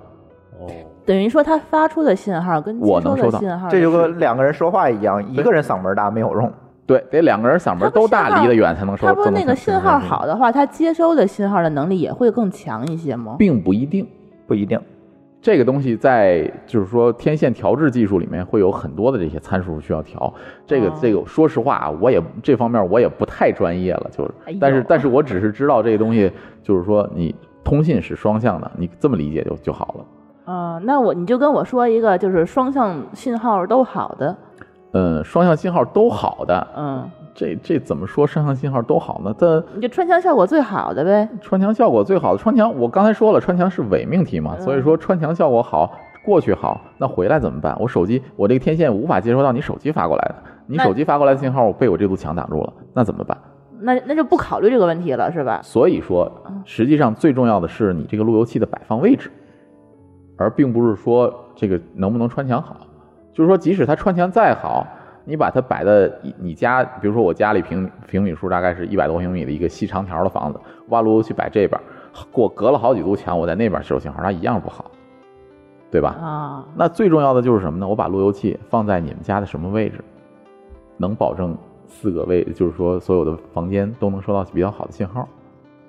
哦，
等于说它发出的信号跟接
我能
收
收
的
到
信号
这就
个
跟两个人说话一样，一个人嗓门大没有用。
对，得两个人嗓门都大，离得远才能收。
它不是
都能
那个信号好，的话，它接收的信号的能力也会更强一些吗？
并不一定。
不一定，
这个东西在就是说天线调制技术里面会有很多的这些参数需要调。这个、
哦
这个，说实话啊，我也这方面我也不太专业了，就是，
哎呦
但是但是我只是知道这个东西，就是说你通信是双向的，你这么理解就就好了。
啊、那我你就跟我说一个，就是双向信号都好的，
嗯，双向信号都好的，
嗯，
这这怎么说双向信号都好呢？但
你就穿墙效果最好的呗。
穿墙效果最好的穿墙，我刚才说了，穿墙是伪命题嘛，所以说穿墙效果好，过去好，那回来怎么办？我手机，我这个天线无法接收到你手机发过来的，你
那
手机发过来的信号被我这堵墙挡住了，那怎么办？
那那就不考虑这个问题了，是吧？
所以说，实际上最重要的是你这个路由器的摆放位置，而并不是说这个能不能穿墙好。就是说，即使它穿墙再好，你把它摆在你你家，比如说我家里平平米数大概是一百多平米的一个细长条的房子，挖路由器摆这边，过隔了好几堵墙，我在那边收信号，它一样不好，对吧？
啊，
那最重要的就是什么呢？我把路由器放在你们家的什么位置，能保证四个位，就是说所有的房间都能收到比较好的信号，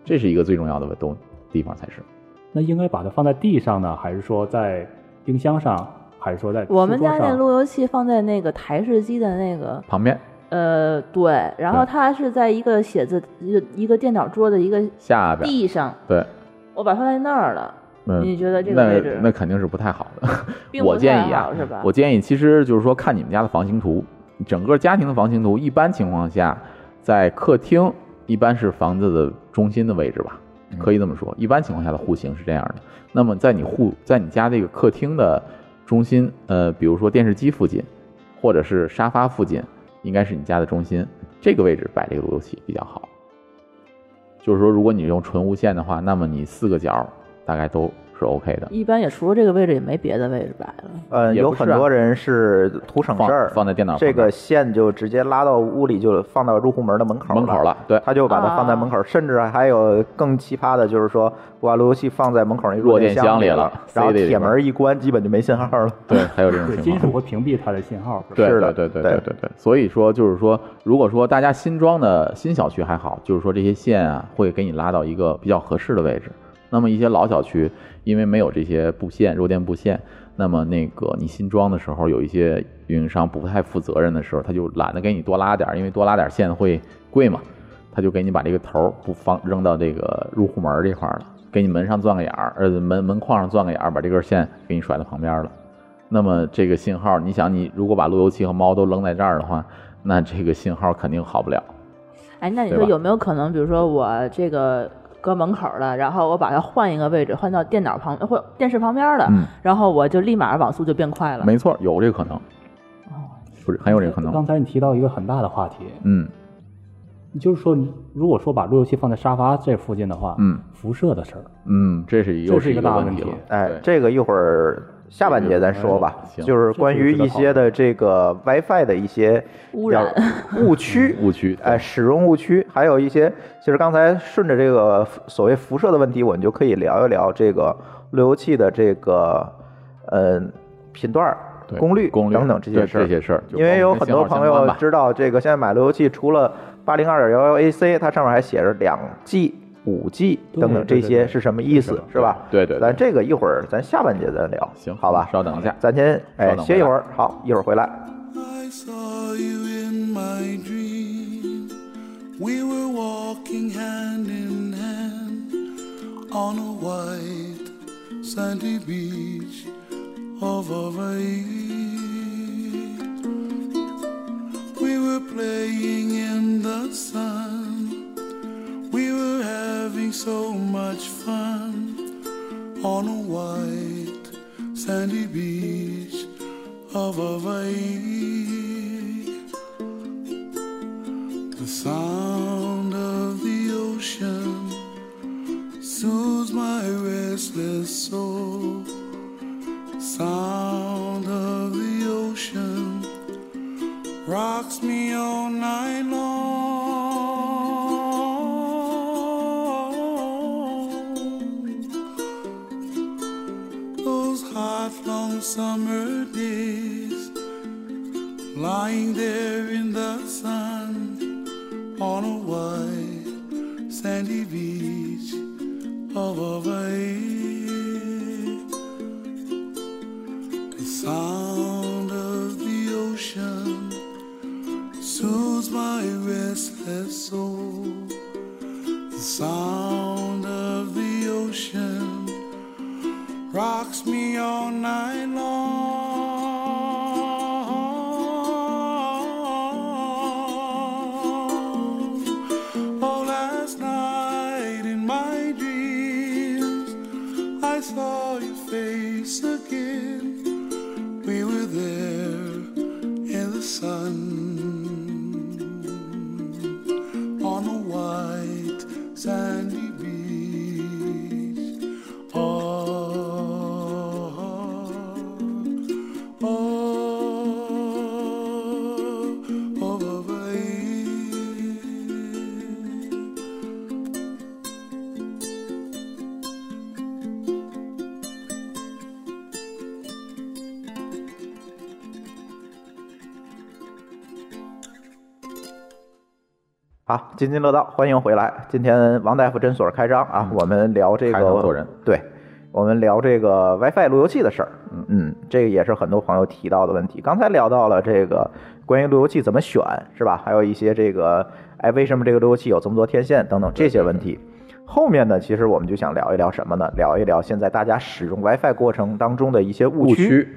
这是一个最重要的东地方才是。
那应该把它放在地上呢，还是说在冰箱上，还是说在
我们
书桌
家那
上
路由器放在那个台式机的那个
旁边
呃，对，然后
对
它是在一个写字一个一个电脑桌的一个
下边
地上，
对，
我把它放在那儿了，
嗯，
你觉得这个位置
那那肯定是不太好的。
并不
我建议
太
啊
好，是吧？
我建议其实就是说看你们家的房型图，整个家庭的房型图，一般情况下在客厅一般是房子的中心的位置吧，可以这么说。一般情况下的户型是这样的。那么在你户在你家这个客厅的中心，呃，比如说电视机附近，或者是沙发附近，应该是你家的中心这个位置摆这个路由器比较好。就是说，如果你用纯无线的话，那么你四个角大概都是 OK 的。
一般也除了这个位置也没别的位置摆了。
呃，
也
有
不是
很
啊
多人是图省事儿，
放放在电脑旁
这
边
个线就直接拉到屋里，就放到入户门的门口
门口了，对，啊
他就把它放在门口，甚至还有更奇葩的，就是说我把路由器放在门口那
弱
电
电箱
里
里了
然后
塞这里
铁
边
门一关，基本就没信号 了。
对，还有这种
对
情况。
金属会屏蔽它的信号？是吧
对
是的
对对
对
对对对。所以说，就是说，如果说大家新装的新小区还好，就是说这些线啊会给你拉到一个比较合适的位置。那么一些老小区，因为没有这些布线、弱电布线，那么那个你新装的时候，有一些运营商不太负责任的时候，他就懒得给你多拉点儿，因为多拉点儿线会贵嘛，他就给你把这个头儿不放扔到这个入户门儿这块儿了，给你门上钻个眼儿，呃，门门框上钻个眼儿，把这根线给你甩到旁边了。那么这个信号，你想，你如果把路由器和猫都扔在这儿的话，那这个信号肯定好不了。
哎，那你
对
说
吧
有没有可能，比如说我这个搁门口了，然后我把它换一个位置，换到电脑旁或电视旁边了，
嗯
然后我就立马网速就变快了。
没错，有这个可能，不是很有这个可能
刚。才你提到一个很大的话题，
嗯
就是说，你如果说把路由器放在沙发这附近的话，
嗯
辐射的事儿，
嗯，这是
这
又
是一
一
个
个
大
问
问
题
题
了。
哎
对，哎
这个一会儿下半节咱说吧，
行，
就是关于一些的这个 WiFi 的一些
污染
叫误区
嗯误区对
哎，使用误区，还有一些，其实刚才顺着这个所谓辐射的问题，我们就可以聊一聊这个路由器的这个呃频段儿
对
功率、
功率
等等这些
对
事儿。
这些事儿，就
因为有
跟
很
信号
多朋
相关
友
吧
知道，这个现在买路由器除了八零二点幺幺 AC，它上面还写着两 G、五 G
对
等等
对
这
对
些
对
是什么意思，是吧？
对对对
咱这个一会儿咱下半节再聊，
行
好吧？
稍等一下
咱先哎
稍等
歇一
回来
会儿，好，一会儿回来。
I saw you in my dream. We were walking hand in hand on a white sandy beach of Hawaii. We were playing in the sun. We were having so much fun on a white sandy beach of Hawaii. The sound of the ocean soothes my restless soul. Sound of the ocean rocks me all night long those hot long summer days lying there in the sun on a white sandy beach of Hawaii the sound of the ocean soothes my restless soul the sound of the ocean rocks me all night long. Oh, last night in my dreams, I saw your face again. We were there in the sun on a white sandy beach. Ah. Oh, oh, oh, Hawaii.
好，津津乐道，欢迎回来。今天王大夫诊所开张啊，我们聊这个
嗯开膛做人，
对，我们聊这个 WiFi 路由器的事儿。嗯嗯，这个也是很多朋友提到的问题。刚才聊到了这个关于路由器怎么选，是吧？还有一些这个，哎，为什么这个路由器有这么多天线等等这些问题。后面呢，其实我们就想聊一聊什么呢？聊一聊现在大家使用 WiFi 过程当中的一些
误区，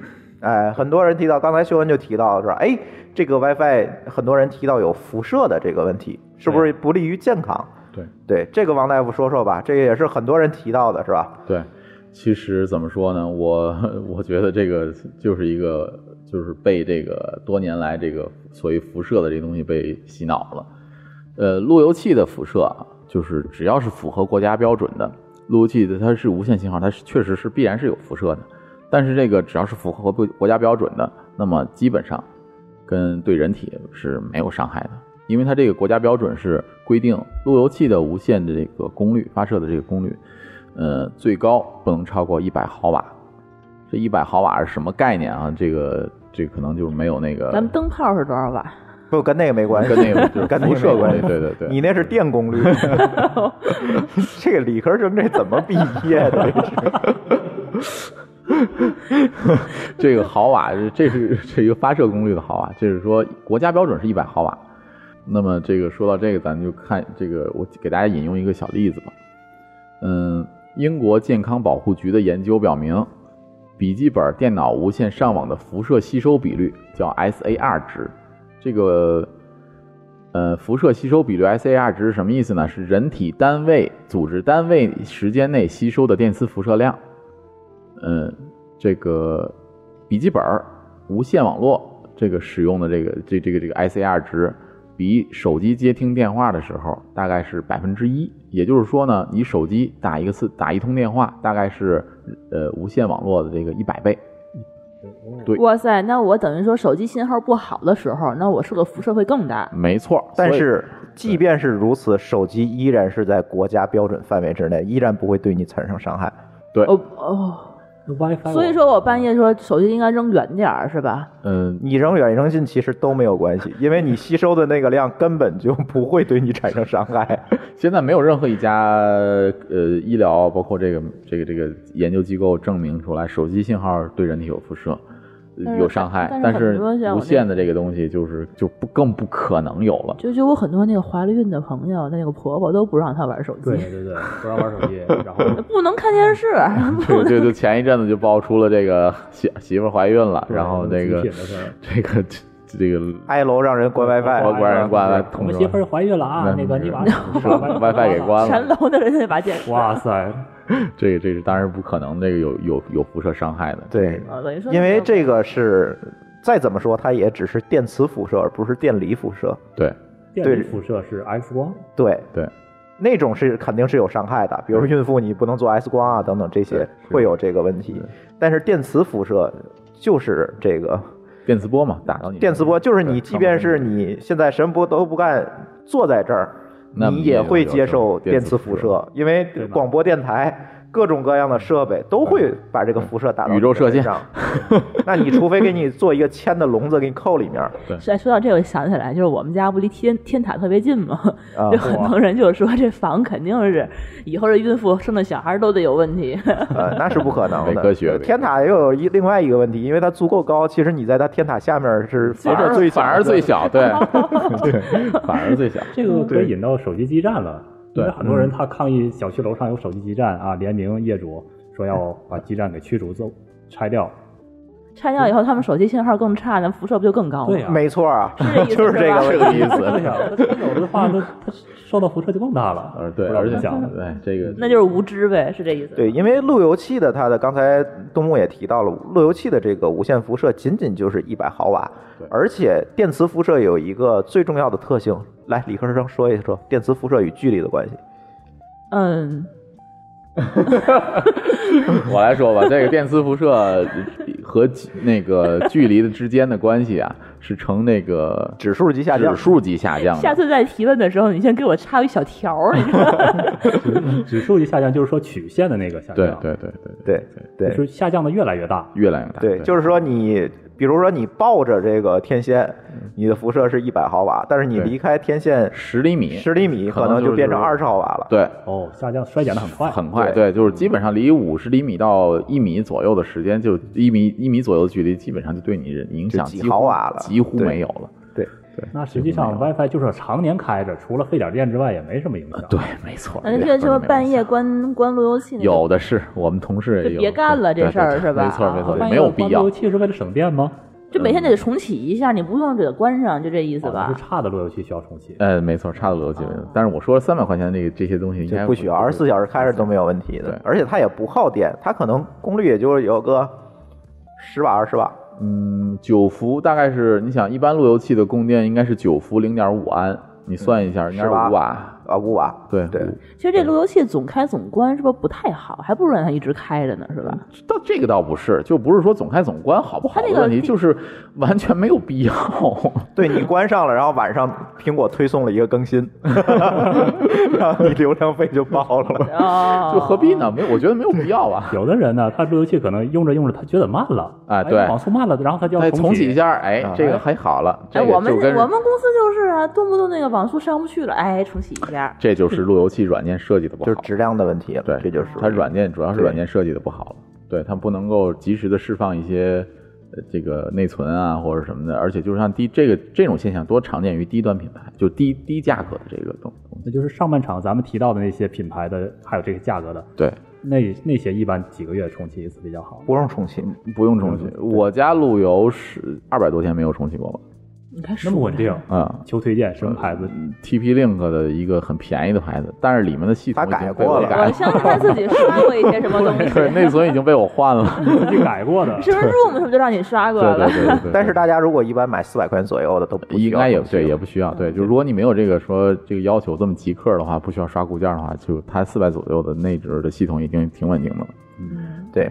哎，很多人提到，刚才秀恩就提到说，哎，这个 WiFi 很多人提到有辐射的这个问题，是不是不利于健康？
对
对，这个王大夫说说吧，这个也是很多人提到的，是吧？
对，其实怎么说呢？我我觉得这个就是一个，就是被这个多年来这个所谓辐射的这东西被洗脑了。呃，路由器的辐射啊，就是只要是符合国家标准的路由器的，它是无线信号，它是确实是必然是有辐射的。但是这个只要是符合国国家标准的，那么基本上跟对人体是没有伤害的，因为它这个国家标准是规定路由器的无线的这个功率发射的这个功率，呃，最高不能超过一百毫瓦。这一百毫瓦是什么概念啊？这个这个可能就是没有那个
咱们灯泡是多少瓦？
不跟那个没关系，
跟那个就是
跟那个
辐射
没关系，
关系对对对
你那是电功 率，这个理科生这怎么毕业 的？这是
这个毫瓦，这是这一个发射功率的毫瓦，这是说国家标准是一百毫瓦。那么这个说到这个，咱们就看这个，我给大家引用一个小例子吧。嗯，英国健康保护局的研究表明，笔记本电脑无线上网的辐射吸收比率叫 SAR 值。这个呃，辐射吸收比率 SAR 值是什么意思呢？是人体单位、组织单位时间内吸收的电磁辐射量。嗯，这个笔记本儿、无线网络这个使用的这个这这个这个 ICR 值，比手机接听电话的时候大概是百分之一。也就是说呢，你手机打一个次打一通电话，大概是呃无线网络的这个一百倍，对
哇塞，那我等于说手机信号不好的时候，那我受的辐射会更大。
没错。
但
所以
是，即便是如此，手机依然是在国家标准范围之内，依然不会对你产生伤害。
对，
哦哦，
WiFi，
所以说我半夜说手机应该扔远点儿，是吧？
嗯，
你扔远扔近其实都没有关系，因为你吸收的那个量根本就不会对你产生伤害。
现在没有任何一家呃医疗，包括这个这个这个研究机构证明出来，手机信号对人体有辐射。
但
呃
是
有伤害，
但
但
是
是
很多像我
无
那
线的这个东西就是就不更不可能有了。
就就我很多那个怀了孕的朋友，那个婆婆都不让她玩手
对
机，
对对，不让玩手机，然后
不能看电视，啊
对，就就前一阵子就爆出了这个媳媳妇儿怀孕了，
对
然后这个
极品的事儿
这个这个
挨楼让人关 WiFi，
哦
我果然关了，
我
同
们
志
媳妇儿怀孕了啊，
嗯
那个你把
是吧 WiFi 给。关
全
了，
楼的人把电视。
哇塞，
这个这是当然不可能，这个有有有辐射伤害的。
对，
啊等于说，
因为这个是再怎么说，它也只是电磁辐射，而不是电离辐射。
对
电离辐射是 X 光，
对，
对，
那种是肯定是有伤害的，比如孕妇你不能做 X 光啊等等这
对
些
是
会有这个问题。但是电磁辐射就是这个
电磁波嘛，打到你
电磁波，就是你即便是
你
你现在什么不都不干，坐在这儿，
那
你
你也
也会
有
接受
电
电
磁
磁
辐
辐
射
射，因为
对吧
广播电台。各种各样的设备都会把这个辐射打到
嗯宇宙
你的
射
身
线
上，那你除非给你做一个铅的笼子给你扣里面，
说说到这，我想起来，就是我们家不离天天塔特别近嘛，
啊
就很多人就说这房肯定是以后这孕妇生的小孩都得有问题。
呃，那是不可能
伪
的。
科学伪
天塔又有一另外一个问题，因为它足够高，其实你在它天塔下面是
反
辐射
而
最小
反而
的
最 小，对对，反而最小。
这个可以引到手机基站了。
对
因为很多人他抗议小区楼上有手机基站啊，联名业主说要把基站给驱逐走拆掉。
拆掉以后，他们手机信号更差，那辐射不就更高吗？
对呀、
没错啊，
是这意思
就是这
吧
个
这
问
个
题。
意
对呀、
思。
他有的话，那他受到辐射就更大了。
呃，对，
不知道
而且
怎么想的，
对这个
那就是无知呗，是这意思。
对，，因为路由器的它的刚才东木也提到了，路由器的这个无线辐射仅仅就是一百毫瓦
对，
而且电磁辐射有一个最重要的特性，来理科生说一说电磁辐射与距离的关系。
嗯，
我来说吧，这个电磁辐射和距那个距离的之间的关系啊，是呈那个
指数级下降
指数级下降的。
下次再提问的时候，你先给我插一小 条儿，你知道吗？
指数一下降，就是说曲线的那个下
对
降，
对对对，
对对
就是下降的越来越大。
越来越大。
对，就是说你，比如说你抱着这个天线，你的辐射是一百毫瓦，但是你
嗯对
离开天线
十厘米，
十厘米
可
可
能
能
就
就是变成二十毫瓦了。
对，
哦，下降衰减的很快，
很快，
对
对，就是基本上离五十厘米到一米左右的时间，就一米一米左右的距离，基本上就对你人影响
就
几
几
乎
毫瓦了
几乎
对
没有了。
对，
那实际上 WiFi 就是常年开着，除了费点电之外，也没什么影响。
对，没错。
那
一
这
点
就
都
是
没有
半夜
影响
关关路由器那个
有的是，我们同事
就
也有
别干了
对
这事儿
对对
是吧
没错没
啊
错，没有必
关路
要
由。器是为了省电吗？
就
嗯
每天得重启一下，你不用给它关上，就这意思
哦那
吧
是？差的路由器需要重启。
呃，没错，差不多就没有。
哦
但是我说三百块钱这个这些东西应
就
该
不需要，二十四小时开着都没有问题
对
的，而且它也不耗电，它可能功率也就有个十瓦二十瓦。
嗯，九伏大概是，你想，一般路由器的供电应该是九伏零点五安，你算一下，零点
是吧
五瓦，
啊，五瓦，
对
对，
其实这路由器总开总关是不是不太好？还不如让它一直开着呢，是吧？
倒这个倒不是，就不是说总开总关好不好
它
的
那个哦
问题，
地
就是完全没有必要。
对你关上了，然后晚上苹果推送了一个更 新，然后你流量费就爆了。
哦，
嗯就何必呢？没有，我觉得没有必要啊。
有的人呢，他路由器可能用着用着，他觉得慢了，
啊
哎
对
网速慢了，然后他就
再
要
重启
启
一。下，哎，这个还好了，这
哎，
个
我们
就
这
跟
我们公司就是啊，动不动那个网速上不去了，哎，重启一下。
这就是路由器软件设计的不
就是
好，
质量的问题了，
对，
这就是
它软件主要是
对
软件设计的不好了，对，它不能够及时的释放一些呃这个内存啊或者什么的，而且就像低这个这种现象多常见于低端品牌，就低低价格的这个东东西，
那就是上半场咱们提到的那些品牌的，还有这个价格的，
对，
那那些一般几个月重启一次比较好。
不用重启，
不用重启，我家路由是二百多天没有重启过吧，
你看
那么稳定，
啊、
求推荐什么牌子？
TP 嗯 Link 的一个很便宜的牌子，但是里面的系统
它改
已经被
过
我
了
改
我相信他自己刷过一些什么东西，
对，内存已经被我换了。
去改过的，
是不是 Room 什么就让你刷过
对对
了？
对对对。
但是大家如果一般买四百块钱左右的都不需
应
要
该也
重启
对，也不需要。
嗯
对，就是如果你没有这个说这个要求这么极客的话，不需要刷固件的话，就它四百左右的内置的系统已经挺稳定的了。
对。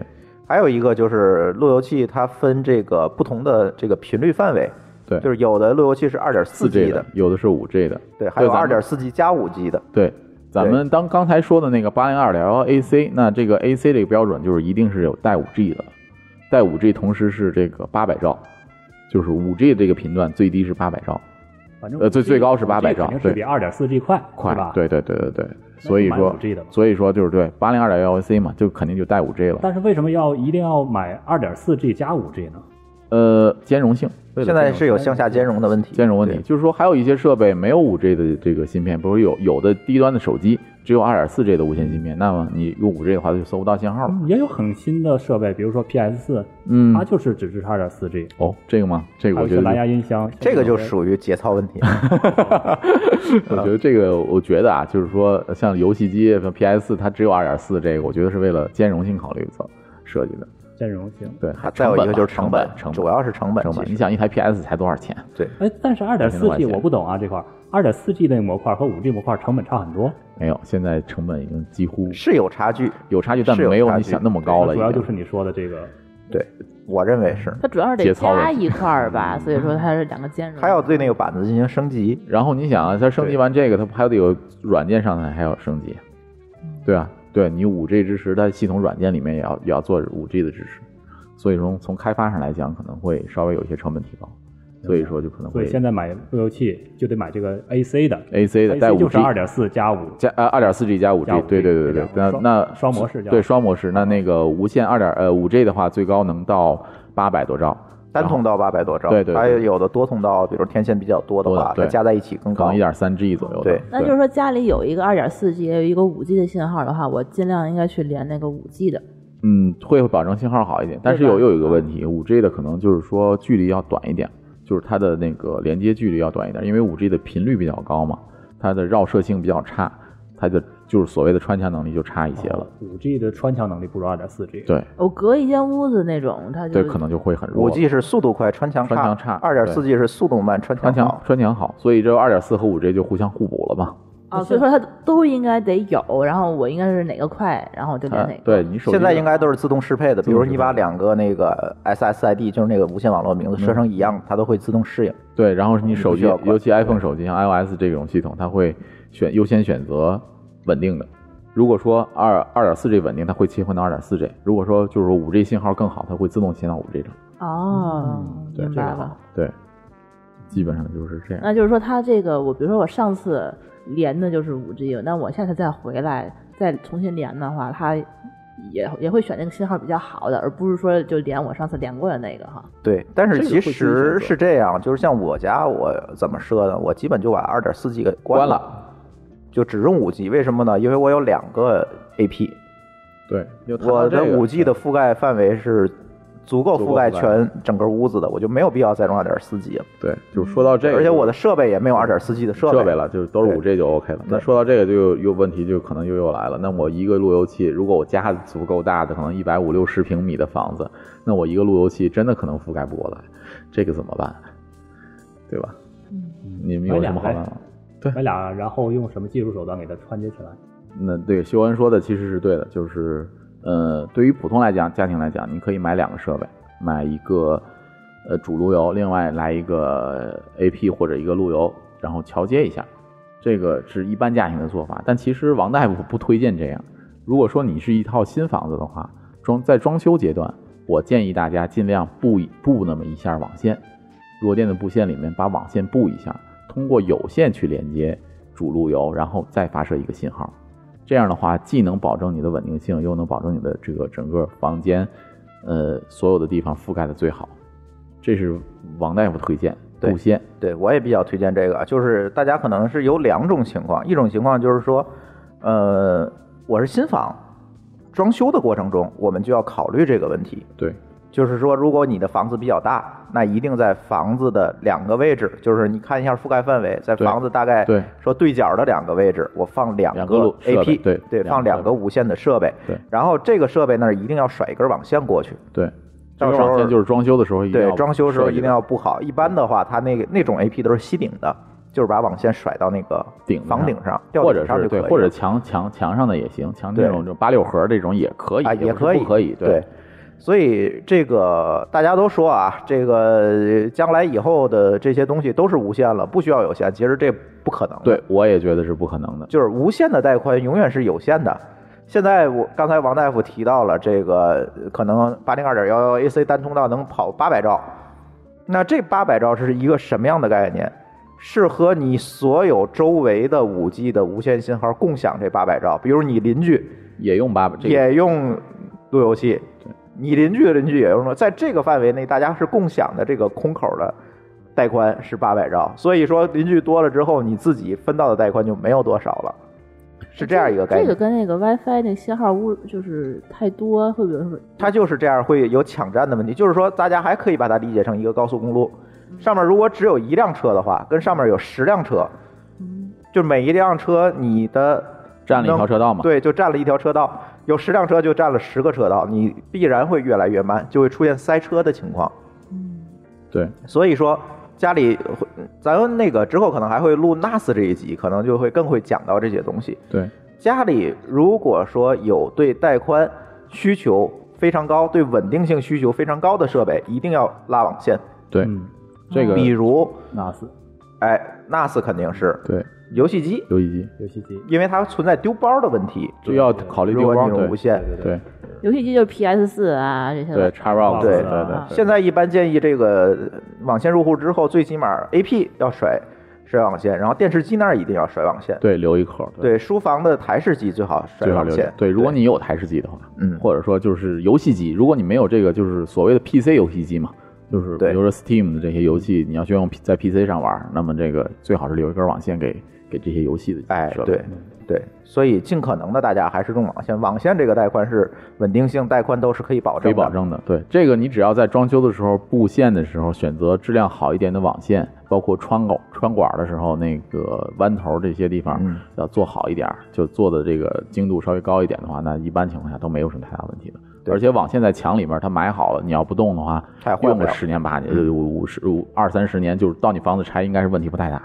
还有一个就是路由器，它分这个不同的这个频率范围，
对，
就是有的路由器是二点四
四 G
G
的，有的是五 G 的，
对，还有
咱
二
们
点四 G 加五 G 的，
对，咱们当刚才说的那个八零二点幺 AC，那这个 AC 这个标准就是一定是有带五 G 的，带五 G 同时是这个八百兆，就是五 G 这个频段最低是八百兆，
反正
呃最最高是800兆
肯定是比
对
二点四 G 快，
快
是吧？。
对对对对对，所以
买
说
5G 的吧
所以说就是对八零二点幺 AC 嘛，就肯定就带五 G 了，
但是为什么要一定要买二点四 G 加五 G 呢？
呃，兼容性，为
现
了兼
在
容
是有向下兼容的问题，
兼容问题
对，，
就是说还有一些设备没有五 G 的这个芯片，比如有有的低端的手机只有二点四 G 的无线芯片，那么你用五 G 的话就搜不到信号了。
嗯也有很新的设备，比如说 PS 四，
嗯
它就是只支持二点四 G，
哦，这个吗？这个
还有
我
一
觉得
些蓝 牙音箱。
这个就
现在有
属于节操问题。啊
我觉得这个，我觉得啊，就是说像游戏机像 PS 它只有二点四这个，我觉得是为了兼容性考虑所设计的。
的兼容性。
对，
再有一个就是
成
本
本，，成
主要是成本。
成本。
其
你
实
想一台 PS 才多少钱？
哎，但是二
两
点
千多
四
块
G
钱
我不懂啊，这块二点四 G 那个模块和五 G 模块成本差很多，
没有，现在成本已经几乎
是有差距，
有差距，但
是有
没有
差
你
距
想那么高了已经。
主要就是你说的这个
对我认为是。
它主要是
节
得
操问
加
题
一块 儿吧，所以说它是两个兼容。
还要对那个板子进行升级，
然后你想啊，它升级完这个，它还得有软件上它还要升级，
嗯
对啊，对你五 G 支持，它系统软件里面也要也要做五 G 的支持，所以说从开发上来讲，可能会稍微有一些成本提高，所以说就可能
所
会
以现在买路由器就得买这个 AC 的
AC 的带
，AC
五
就
G
是二点四加五，
加呃二点四 G 加五 G，
加 5G
对对对对对，
这
那
两个
那
双双模式叫
对双模式，那那个无线二点呃五 G 的话，最高能到八百多兆，
单通道八百多兆，
对对对
还有有的多通道，比如天线比较多的
多的
话，
对
它加在一起更
可
高
能一。点三 G 左右的，
对
那就是说家里有一个二点四 G，也有一个五 G 的信号的话，我尽量应该去连那个五 G 的。
嗯，会保证信号好一点，但是有又有一
嗯
个问题，五 G 的可能就是说距离要短一点，就是它的那个连接距离要短一点，因为五 G 的频率比较高嘛，它的绕射性比较差，它的就是所谓的穿墙能力就差一些
哦
了。
啊五 G 的穿墙能力不如二点四 G。
对
我隔一间屋子那种，它就
对，可能就会很弱。
嗯五 G 是速度快，穿墙
穿墙差
二点四 G 是速度慢，穿
穿
墙
墙
好。
穿墙好，所以这二点四和五 G 就互相互补了嘛。
哦
啊，所以说它都应该得有，然后我应该是哪个快，然后我就连
啊
哪个。
对你手机
现在应
该
该都是自动适配的，比如你把两个那个 SSID，就是那个无线网络名
嗯
字设成一样，它都会自动适应。
对，然后你手机
需要管
尤其 iPhone 手机像 iOS 这种系统，它会选优先选择稳定的。如果说二二点四 G 稳定，它会切换到二点四 G；如果说就是说五 G 信号更好，它会自动切到五 G 上。
哦，
嗯
对
明白了。
对，基本上就是这样。
那就是说，它这个我比如说我上次连的就是五 G，那我下次再回来再重新连的话，它也也会选那个信号比较好的，而不是说就连我上次连过的那个哈。
对，但是
这个
其
会自己选
实
择
是这样，就是像我家我怎么设呢？我基本就把二点四 G 给
关
关了，就只用五 G。为什么呢？因为我有两个 AP，
对，又谈
我
到
的
这个
五 G 的覆盖范围是足够覆盖
足够覆
全整个屋子的，我就没有必要再用二点四 G 了。
对，就说到这个，
而且我的设备也没有二点四 G 的
设
备
备了，。就是都是五 G 就 OK 了。那
对
说到这个就有有问题，就可能又又来了。那我一个路由器，如果我家足够大的，可能一百五六十平米的房子，那我一个路由器真的可能覆盖不过来，这个怎么办？对吧？你们有什么好办法？
买俩，然后用什么技术手段给它穿接起来？
那对修恩说的其实是对的，就是呃，对于普通来讲，家庭来讲，你可以买两个设备，买一个呃主路由，另外来一个 AP 或者一个路由，然后桥接一下。这个是一般家庭的做法，但其实王大夫不推荐这样。如果说你是一套新房子的话，装在装修阶段，我建议大家尽量布一布那么一下网线，弱电的布线里面把网线布一下，通过有线去连接主路由，然后再发射一个信号。这样的话，既能保证你的稳定性，又能保证你的这个整个房间，呃，所有的地方覆盖的最好。这是王大夫推荐
对
布线，
对，我也比较推荐这个，就是大家可能是有两种情况，一种情况就是说，呃，我是新房，装修的过程中我们就要考虑这个问题，
对
就是说，如果你的房子比较大，那一定在房子的两个位置，就是你看一下覆盖范围，在
对
房子大概
对
说对角的两个位置，我放两
两个路设备
AP，
对两个
放两
设
个无线的设备，
对
然后这个设备那儿一定要甩一根网线过去，
对。这
到
个
时候
网线就是装修的时候一定要
对，装修时候
设计
一定
的
要布好。一般的话，它那个那种 AP 都是吸顶的，就是把网线甩到那个
顶子
房顶上，吊
或
顶
者
上
是
就可以
对，
了，
或者墙墙墙上的也行，墙
对
那种就八六盒这种也可以，
啊
也
也可以，
不可以，
对。所以这个大家都说啊，这个将来以后的这些东西都是无限了，不需要有限。其实这不可能的。
对，我也觉得是不可能的。
就是无限的带宽永远是有限的。现在我刚才王大夫提到了这个，可能八零二点幺幺 AC 单通道能跑八百兆，那这八百兆是一个什么样的概念？是和你所有周围的五 G 的无线信号共享这八百兆，比如你邻居
也用八百，这个
也用路由器，你邻居的邻居也用了，在这个范围内，大家是共享的这个空口的带宽是八百兆，所以说邻居多了之后，你自己分到的带宽就没有多少了，是这样一个概
这个
念。
跟那个 WiFi 那信号污就是太多，会不会有什么？
它就是这样会有抢占的问题，就是说大家还可以把它理解成一个高速公路，上面如果只有一辆车的话，跟上面有十辆车，就每一辆车你的
占了一条车道嘛。，
对，就占了一条车道，有十辆车就占了十个车道，你必然会越来越慢，就会出现塞车的情况。
对，
所以说家里会，嗯咱们那个之后可能还会录 NAS 这一集，可能就会更会讲到这些东西。
对，
家里如果说有对带宽需求非常高、对稳定性需求非常高的设备，一定要拉网线。
对，
嗯，
这个
比如，
那是
哎，NAS 肯定是
对
游戏机，
游戏机
游戏机，
因为它存在丢包的问题。
就要考虑
如
丢
果
包，
你用无
对
线，
对
游戏机就是 PS 四啊这些
对
的。
x box，
对
对
对
对，
现在一般建议这个网线入户之后，最起码 AP 要甩甩网线，然后电视机那儿一定要甩网线。
对留一口，
对，书房的台式机最好甩
最好
网
留一口
线。
对，如果你有台式机的话，
嗯
或者说就是游戏机，如果你没有这个就是所谓的 PC 游戏机嘛，就是比
对
如说 Steam 的这些游戏，你要需要用 P- 在 PC 上玩，那么这个最好是留一根网线给给这些游戏的
哎
设，备嗯
对对，所以尽可能的大家还是用网线。网线这个带宽是稳定性、带宽都是可以保
可
证
以
的。
保证的。对，这个你只要在装修的时候布线的时候选择质量好一点的网线，包括穿口穿管的时候那个弯头这些地方
嗯
要做好一点，就做的这个精度稍微高一点的话，那一般情况下都没有什么太大问题的。
对
而且网线在墙里面，它埋好了，你要不动的话，
它也换不
用个
了嗯
十年八年，呃五五十五二三十年，就是到你房子拆，应该是问题不太大。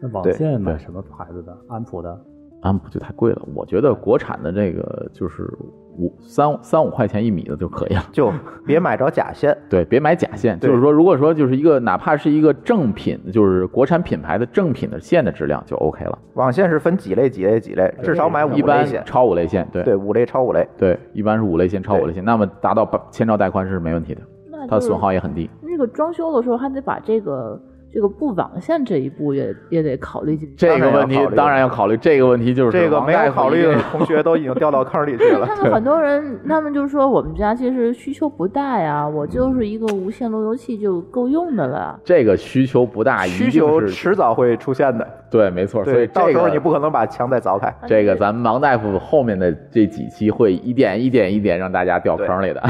那网
对
线买什么牌子的？安普的，
安啊普就太贵了，我觉得国产的这个就是五三三五块钱一米的就可以了。
就别买着假线。
对，别买假线。
对
就是说，如果说就是一个哪怕是一个正品，就是国产品牌的正品的线的质量就 OK 了。
网线是分几类、几类、几类，至少买五
一般
类线。
超五类线，对
对，五类、超五类。
对一般是五类线、超五
对
类线，那么达到八千兆带宽是没问题的，
那就是
它的损耗也很低。
那个装修的时候还得把这个这个布网线这一步也也得考虑进去。
这个
当然要
问题
考虑
当然要考虑，这个问题就是
这个没有考虑
王
的
大夫一定
同学都已经掉到坑里去
对，
了
他。们很多人，他们就说我们家其实需求不大呀，我
嗯
就是一个无线路由器就够用的了。
这个需求不大，一
需
定
求
是
迟早会出现的。
对，没错。所
对，
以
到
这
时候
个
你不可能把墙再凿开。
嗯
这个咱们王大夫后面的这几期会一点一点一点让大家掉坑里的，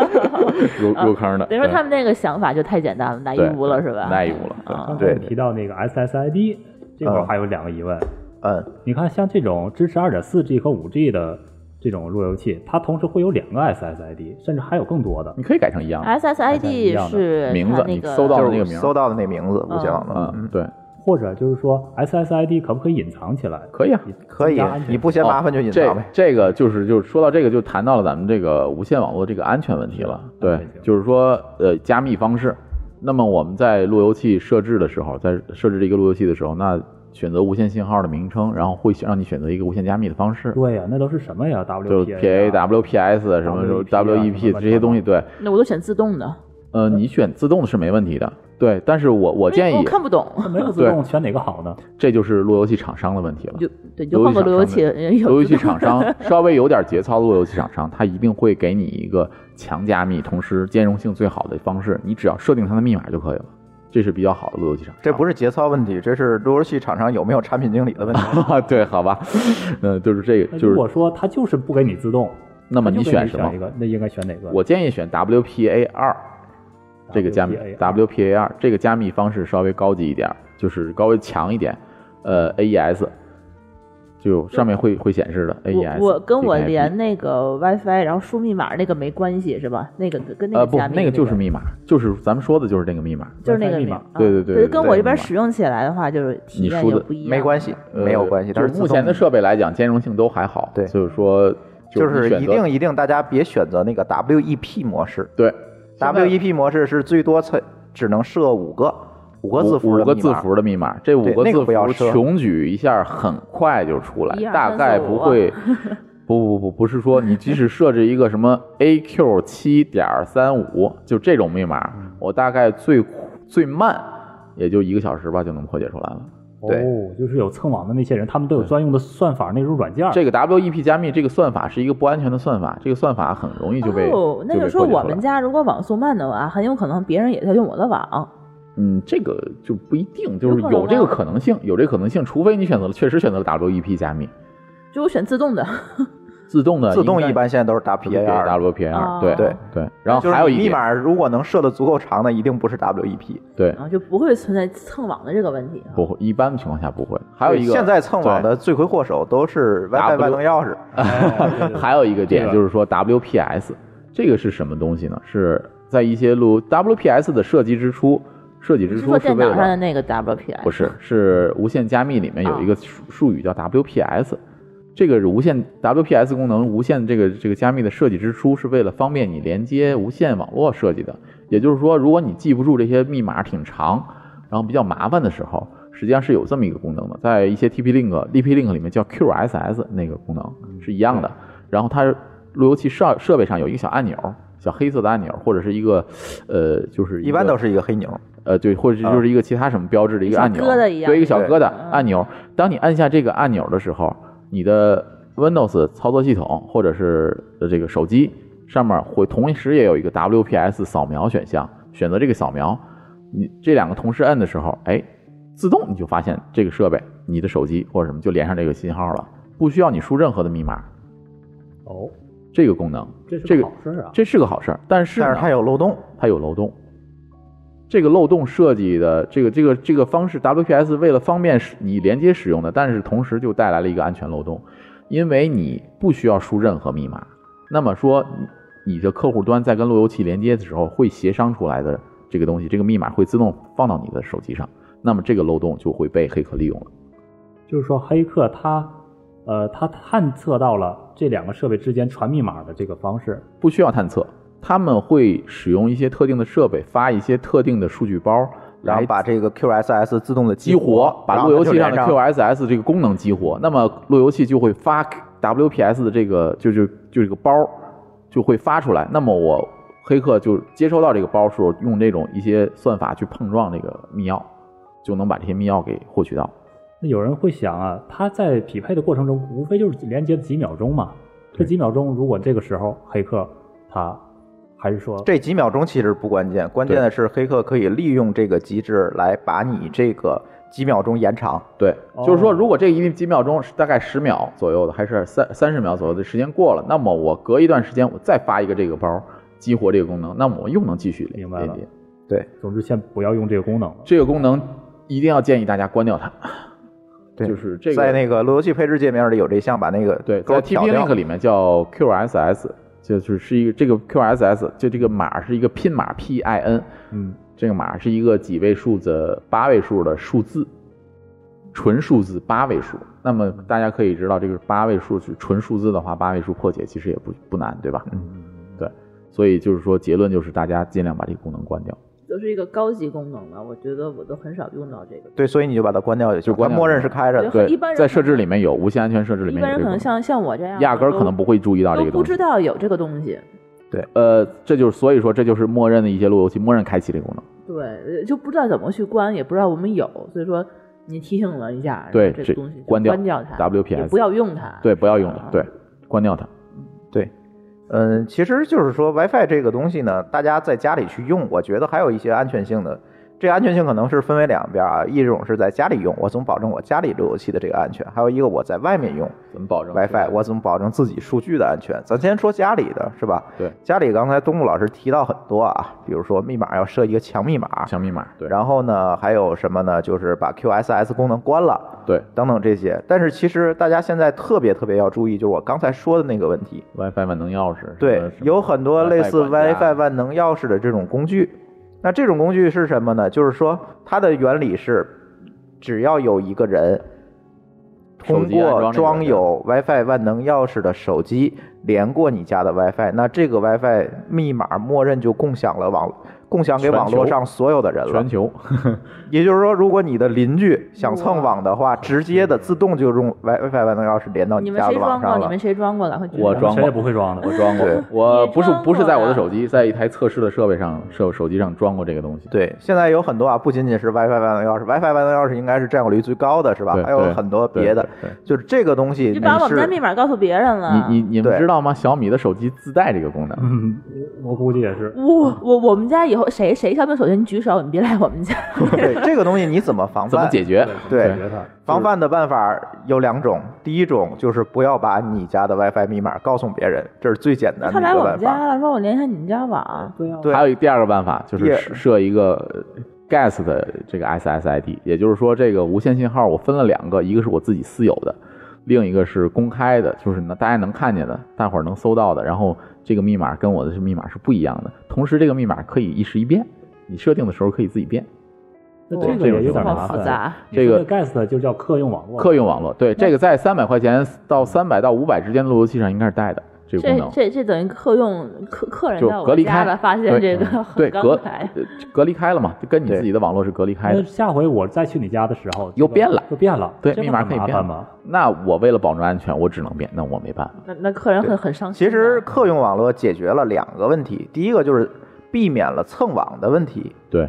入入坑的。
等嗯于说
对
他们那个想法就太简单了，拿一
对
屋了是吧？
拿一屋了对
啊
刚才
对
你提到那个 SSID，这块儿
嗯
还有两个疑问。
嗯，
你看，像这种支持 2.4G 和 5G 的这种路由器，它同时会有两个 SSID，甚至还有更多的
你。可以改成一样的。
哎
一样
SSID
的
是
名字
它那
你
个
搜到
就
了
是
那个
我
名儿
搜到的那名字，无线网络。
嗯，对，
或者就是说，SSID 可不可以隐藏起来？
可以啊，
可以
增加安，全
你不嫌麻烦就隐藏
哦这
呗。
这个就是就是说到这个就谈到了咱们这个无线网络这个安全问题了。对
安全性，
就是说呃加密方式。那么我们在路由器设置的时候，在设置一个路由器的时候，那选择无线信号的名称，然后会让你选择一个无线加密的方式，
对呀、那都是什么呀
就是 PA、
？WPA 啊、
WPS 啊什么时候 WEP 这些东西。对，
那我都选自动的，
呃，你选自动的是没问题的。对，但是我我建
哎我
议，
看不懂，
没有自动，选哪个好呢？
这就是路由器厂商的问题了
你。就对，你就换个路由器，有
路由器
自动
厂商稍微有点节操的路由器厂商，它一定会给你一个强加密，同时兼容性最好的方式。你只要设定它的密码就可以了，这是比较好的路由器厂商。
这不是节操问题，这是路由器厂商有没有产品经理的问题。
对，好吧？嗯，就是这
那
个，就
如果
是
说它就是不给你自动，
那么
它就
你
给你
选什么
一？个，那应该选哪个？
我建议选 WPA 二这个加密 WPA 二这个加密方式稍微高级一点，就是稍微强一点。呃，AES 就上面会会显示的 E AES
我我跟我
DKIP
连那个 WiFi，然后输密码那个没关系是吧？那个跟那
呃
个
不，
加密
那个就是密码，就是咱们说的就是这个密码。
就是那个
WiFi 密
码
码，
啊
对对对对对
跟我这边使用起来的话，就是体验
你输
就
的
不一样，
没关系，没有关系。
呃就
它
是
是
目前的设备来讲，兼容性都还好。
对
就是说
就
你
是
选
一
择
定一定，大家别选择那个 WEP 模式。
对
WEP 模式是最多才只能设五个五个字符
五
的
五个
密
字
码
符的密码，这五
对
个
那
字
个不要
符
设
穷举一下，很快就出来
一，二
大
三
概
四
不
五啊
会。不不不，不是说你即使设置一个什么 AQ 七点三五，就这种密码，
嗯
我大概最最慢也就一个小时吧，就能破解出来了。
对
哦，就是有蹭网的那些人，他们都有专用的算法那种软件儿。
嗯这个 WEP 加密这个算法是一个不安全的算法，这个算法很容易就被
哦，那
就
就
被
说
破解
我
出
们
来
家如果网速慢的话，很有可能别人也在用我的网。
嗯，这个就不一定，就是
有可能
有这个
吗
可能性，有这个可能性，除非你选择了确实选择了 WEP 加密，
就我选自动的，
自动的
自动
应该
一般现在都是 E
对
WPAR 的。
哦
WPR，对
对
对。然后
就是
还有一
密
点，
码，如果能设的足够长的，一定不是 E WEP。
对
然，后就不会存在蹭网的这个问题。啊
不会，一般情况下不会。还有一个，
现在蹭网的罪魁祸首都是 WiFi
W
万能钥匙。
哎
对，还有一个点
这个
就是说 WPS 这个是什么东西呢？是在一些路 WPS 的设计之初，设计
你
之
是
初
说
是
电
为
脑上
了
的那个 WPS？
不是，是无线加密里面有一个术术语叫 WPS，、这个是无线 WPS 功能无线这个这个加密的设计之初是为了方便你连接无线网络设计的。也就是说，如果你记不住这些密码挺长，然后比较麻烦的时候，实际上是有这么一个功能的，在一些 TP-Link、DP-Link 里面叫 QSS 那个功能是一样的。然后它路由器设设备上有一个小按钮，小黑色的按钮，或者是一个呃，就是
一般
个
都是一个黑钮，
呃，对，或者是就是一个其他什么标志的一个按钮，
像疙瘩一样嗯
对，一个小
对
疙瘩按钮。当你按下这个按钮的时候，你的 Windows 操作系统或者是呃这个手机上面会同时也有一个 WPS 扫描选项，选择这个扫描，你这两个同时按的时候，哎，自动你就发现这个设备、你的手机或者什么就连上这个信号了，不需要你输任何的密码。
哦，
这个功能，
这是
这
个
个
好事儿啊。
这是个好事儿，但是
但
呢
是它有漏洞。
它有漏洞。这个漏洞设计的这个这个这个方式，WPS 为了方便使你连接使用的，但是同时就带来了一个安全漏洞，因为你不需要输任何密码。那么说，你你的客户端在跟路由器连接的时候，会协商出来的这个东西，这个密码会自动放到你的手机上，那么这个漏洞就会被黑客利用了。
就是说黑客他，呃，他探测到了这两个设备之间传密码的这个方式。
不需要探测，他们会使用一些特定的设备，发一些特定的数据包，
然后把这个 QSS 自动的
激活，把路由器上的
然后它就连
QSS 这个功能激活，那么路由器就会发 WPS 的这个就就就这个包就会发出来。那么我黑客就接收到这个包时候，用这种一些算法去碰撞这个密钥，就能把这些密钥给获取到。
那有人会想啊，他在匹配的过程中，无非就是连接几秒钟嘛。这几秒钟，如果这个时候黑客他还是说
这几秒钟其实不关键，关键的是黑客可以利用这个机制来把你这个几秒钟延长。
对，
哦
就是说，如果这一几秒钟是大概十秒左右的，还是三三十秒左右的时间过了，那么我隔一段时间我再发一个这个包激活这个功能，那么我又能继续连
明白了
连接。
总之先不要用这个功能了。
这个功能一定要建议大家关掉它。
对
就是这个
在那个路由器配置界面里有这项，把那个
对，
勾
在
挑
TP
掉
Link 里面叫 QSS，就是是一个这个 QSS，就这个码是一个拼码 PIN，
嗯，
这个码是一个几位数的八位数的数字，纯数字八位数。那么大家可以知道，这个八位数是纯数字的话，八位数破解其实也不不难，对吧？嗯，对。所以就是说，结论就是大家尽量把这个功能关掉。
都是一个高级功能了，我觉得我都很少用到这个。
对，所以你就把它关掉就行。
就关
它
掉
默认是开着的。
对
一般，人
在
可
设置
能
里面有无线安全设置里
一
面有这
般人
个
可
功
能
能，
像像我这样，
压根儿可能不会注意到这
都
个
不
东西
知。道有这个东西。
呃，这就是所以说，这就是默认的一些路由器默认开启这个功能。
对，呃就不知道怎么去关，也不知道我们有，所以说你提醒了一下，
对
这
这
个东西就
关掉
关掉它
WPS
也不要用它，
对，不要用它
啊，
对，关掉它。
对，嗯，其实就是说 WiFi 这个东西呢，大家在家里去用，我觉得还有一些安全性的。这个安全性可能是分为两边啊，一种是在家里用，我怎么保证我家里路由器的这个安全；还有一个我在外面用
怎么保证
WiFi，我怎么保证自己数据的安全？咱先说家里的是吧？
对，
家里刚才东木老师提到很多啊，比如说密码要设一个强密码，
强密码，对，
然后呢，还有什么呢？就是把 QSS 功能关了。
对
等等这些，但是其实大家现在特别特别要注意，就是我刚才说的那个问题，
WiFi 万能钥匙，呃什
对
么，
有很多类似
WiFi 管
WiFi
家
万能钥匙的这种工具。那这种工具是什么呢？就是说它的原理是，只要有一个人
手
通
机安装那个
过装有 WiFi 万能钥匙的手机连过你家的 WiFi，那这个 WiFi 密码默认就共享了网，共享给网络上所有的人了
全。球，
也就是说，如果你的邻居想蹭网的话，直接的自动就用 WiFi 万能钥匙连到
你
你
们
家
谁
的网
装过？
上
你
了
们。谁装过了？快举
我
手
装过
谁也不会装的。
我装过
对，
我
你
不是
装
不是
过
在我的
了
手机，在一台测试的设备上，手手机上装过这个东西。
对，现在有很多啊，不仅仅是 WiFi 万能钥匙，WiFi 万能钥匙应该是占有率最高的，是吧
对，？
还有
对
很多
对
别的，
对对
就是这个东西
你把我们家密
是
码告诉别人了。
你你你们
对
知道吗？小米的手机自带这个功能。
嗯，我我估计也是。
我我我们家以后谁谁小米手机，你举手，你别来我们家。
对这个东西你怎么防范？
怎么解决？
对
解决它。
防范的办法有两种，第一种就是不要把你家的 WiFi 密码告诉别人，这是最简单
他
的
来
一个
我
办
们家
法。
了，说我连一下你们家网。
对呀、啊，
对
还有一第二个办法就是
也
设设一个呃 guest 的这个 SSID，也就是说这个无线信号我分了两个，一个是我自己私有的，另一个是公开的，就是能大家能看见的，大伙儿能搜到的。然后这个密码跟我的密码是不一样的，同时这个密码可以一时一变，你设定的时候可以自己变。
那
对
这个也有点
好
麻
复
烦。
杂，
你说
这个
guest 就叫客用网络，
客用网络对这个在三百块钱到三百到五百之间的路由器上应该是带的这个功
这
能。
这这等于客用客客人
就
到
隔
我
离
家
开
了，发现
对嗯
这个很
对
刚
隔
才。
呃隔离开了嘛，就跟你
对
自己的网络是隔离开的
那。下回我再去你家的时候，
又
这个
变了
又变了，
对
这不
密码
很
可以
麻
变
烦吗？
那我为了保证安全，我只能变，那我没办法。
那那客人很很伤心
其
的。
实客用网络解决了两个问题，第一个就是避免了蹭网的问题。
对，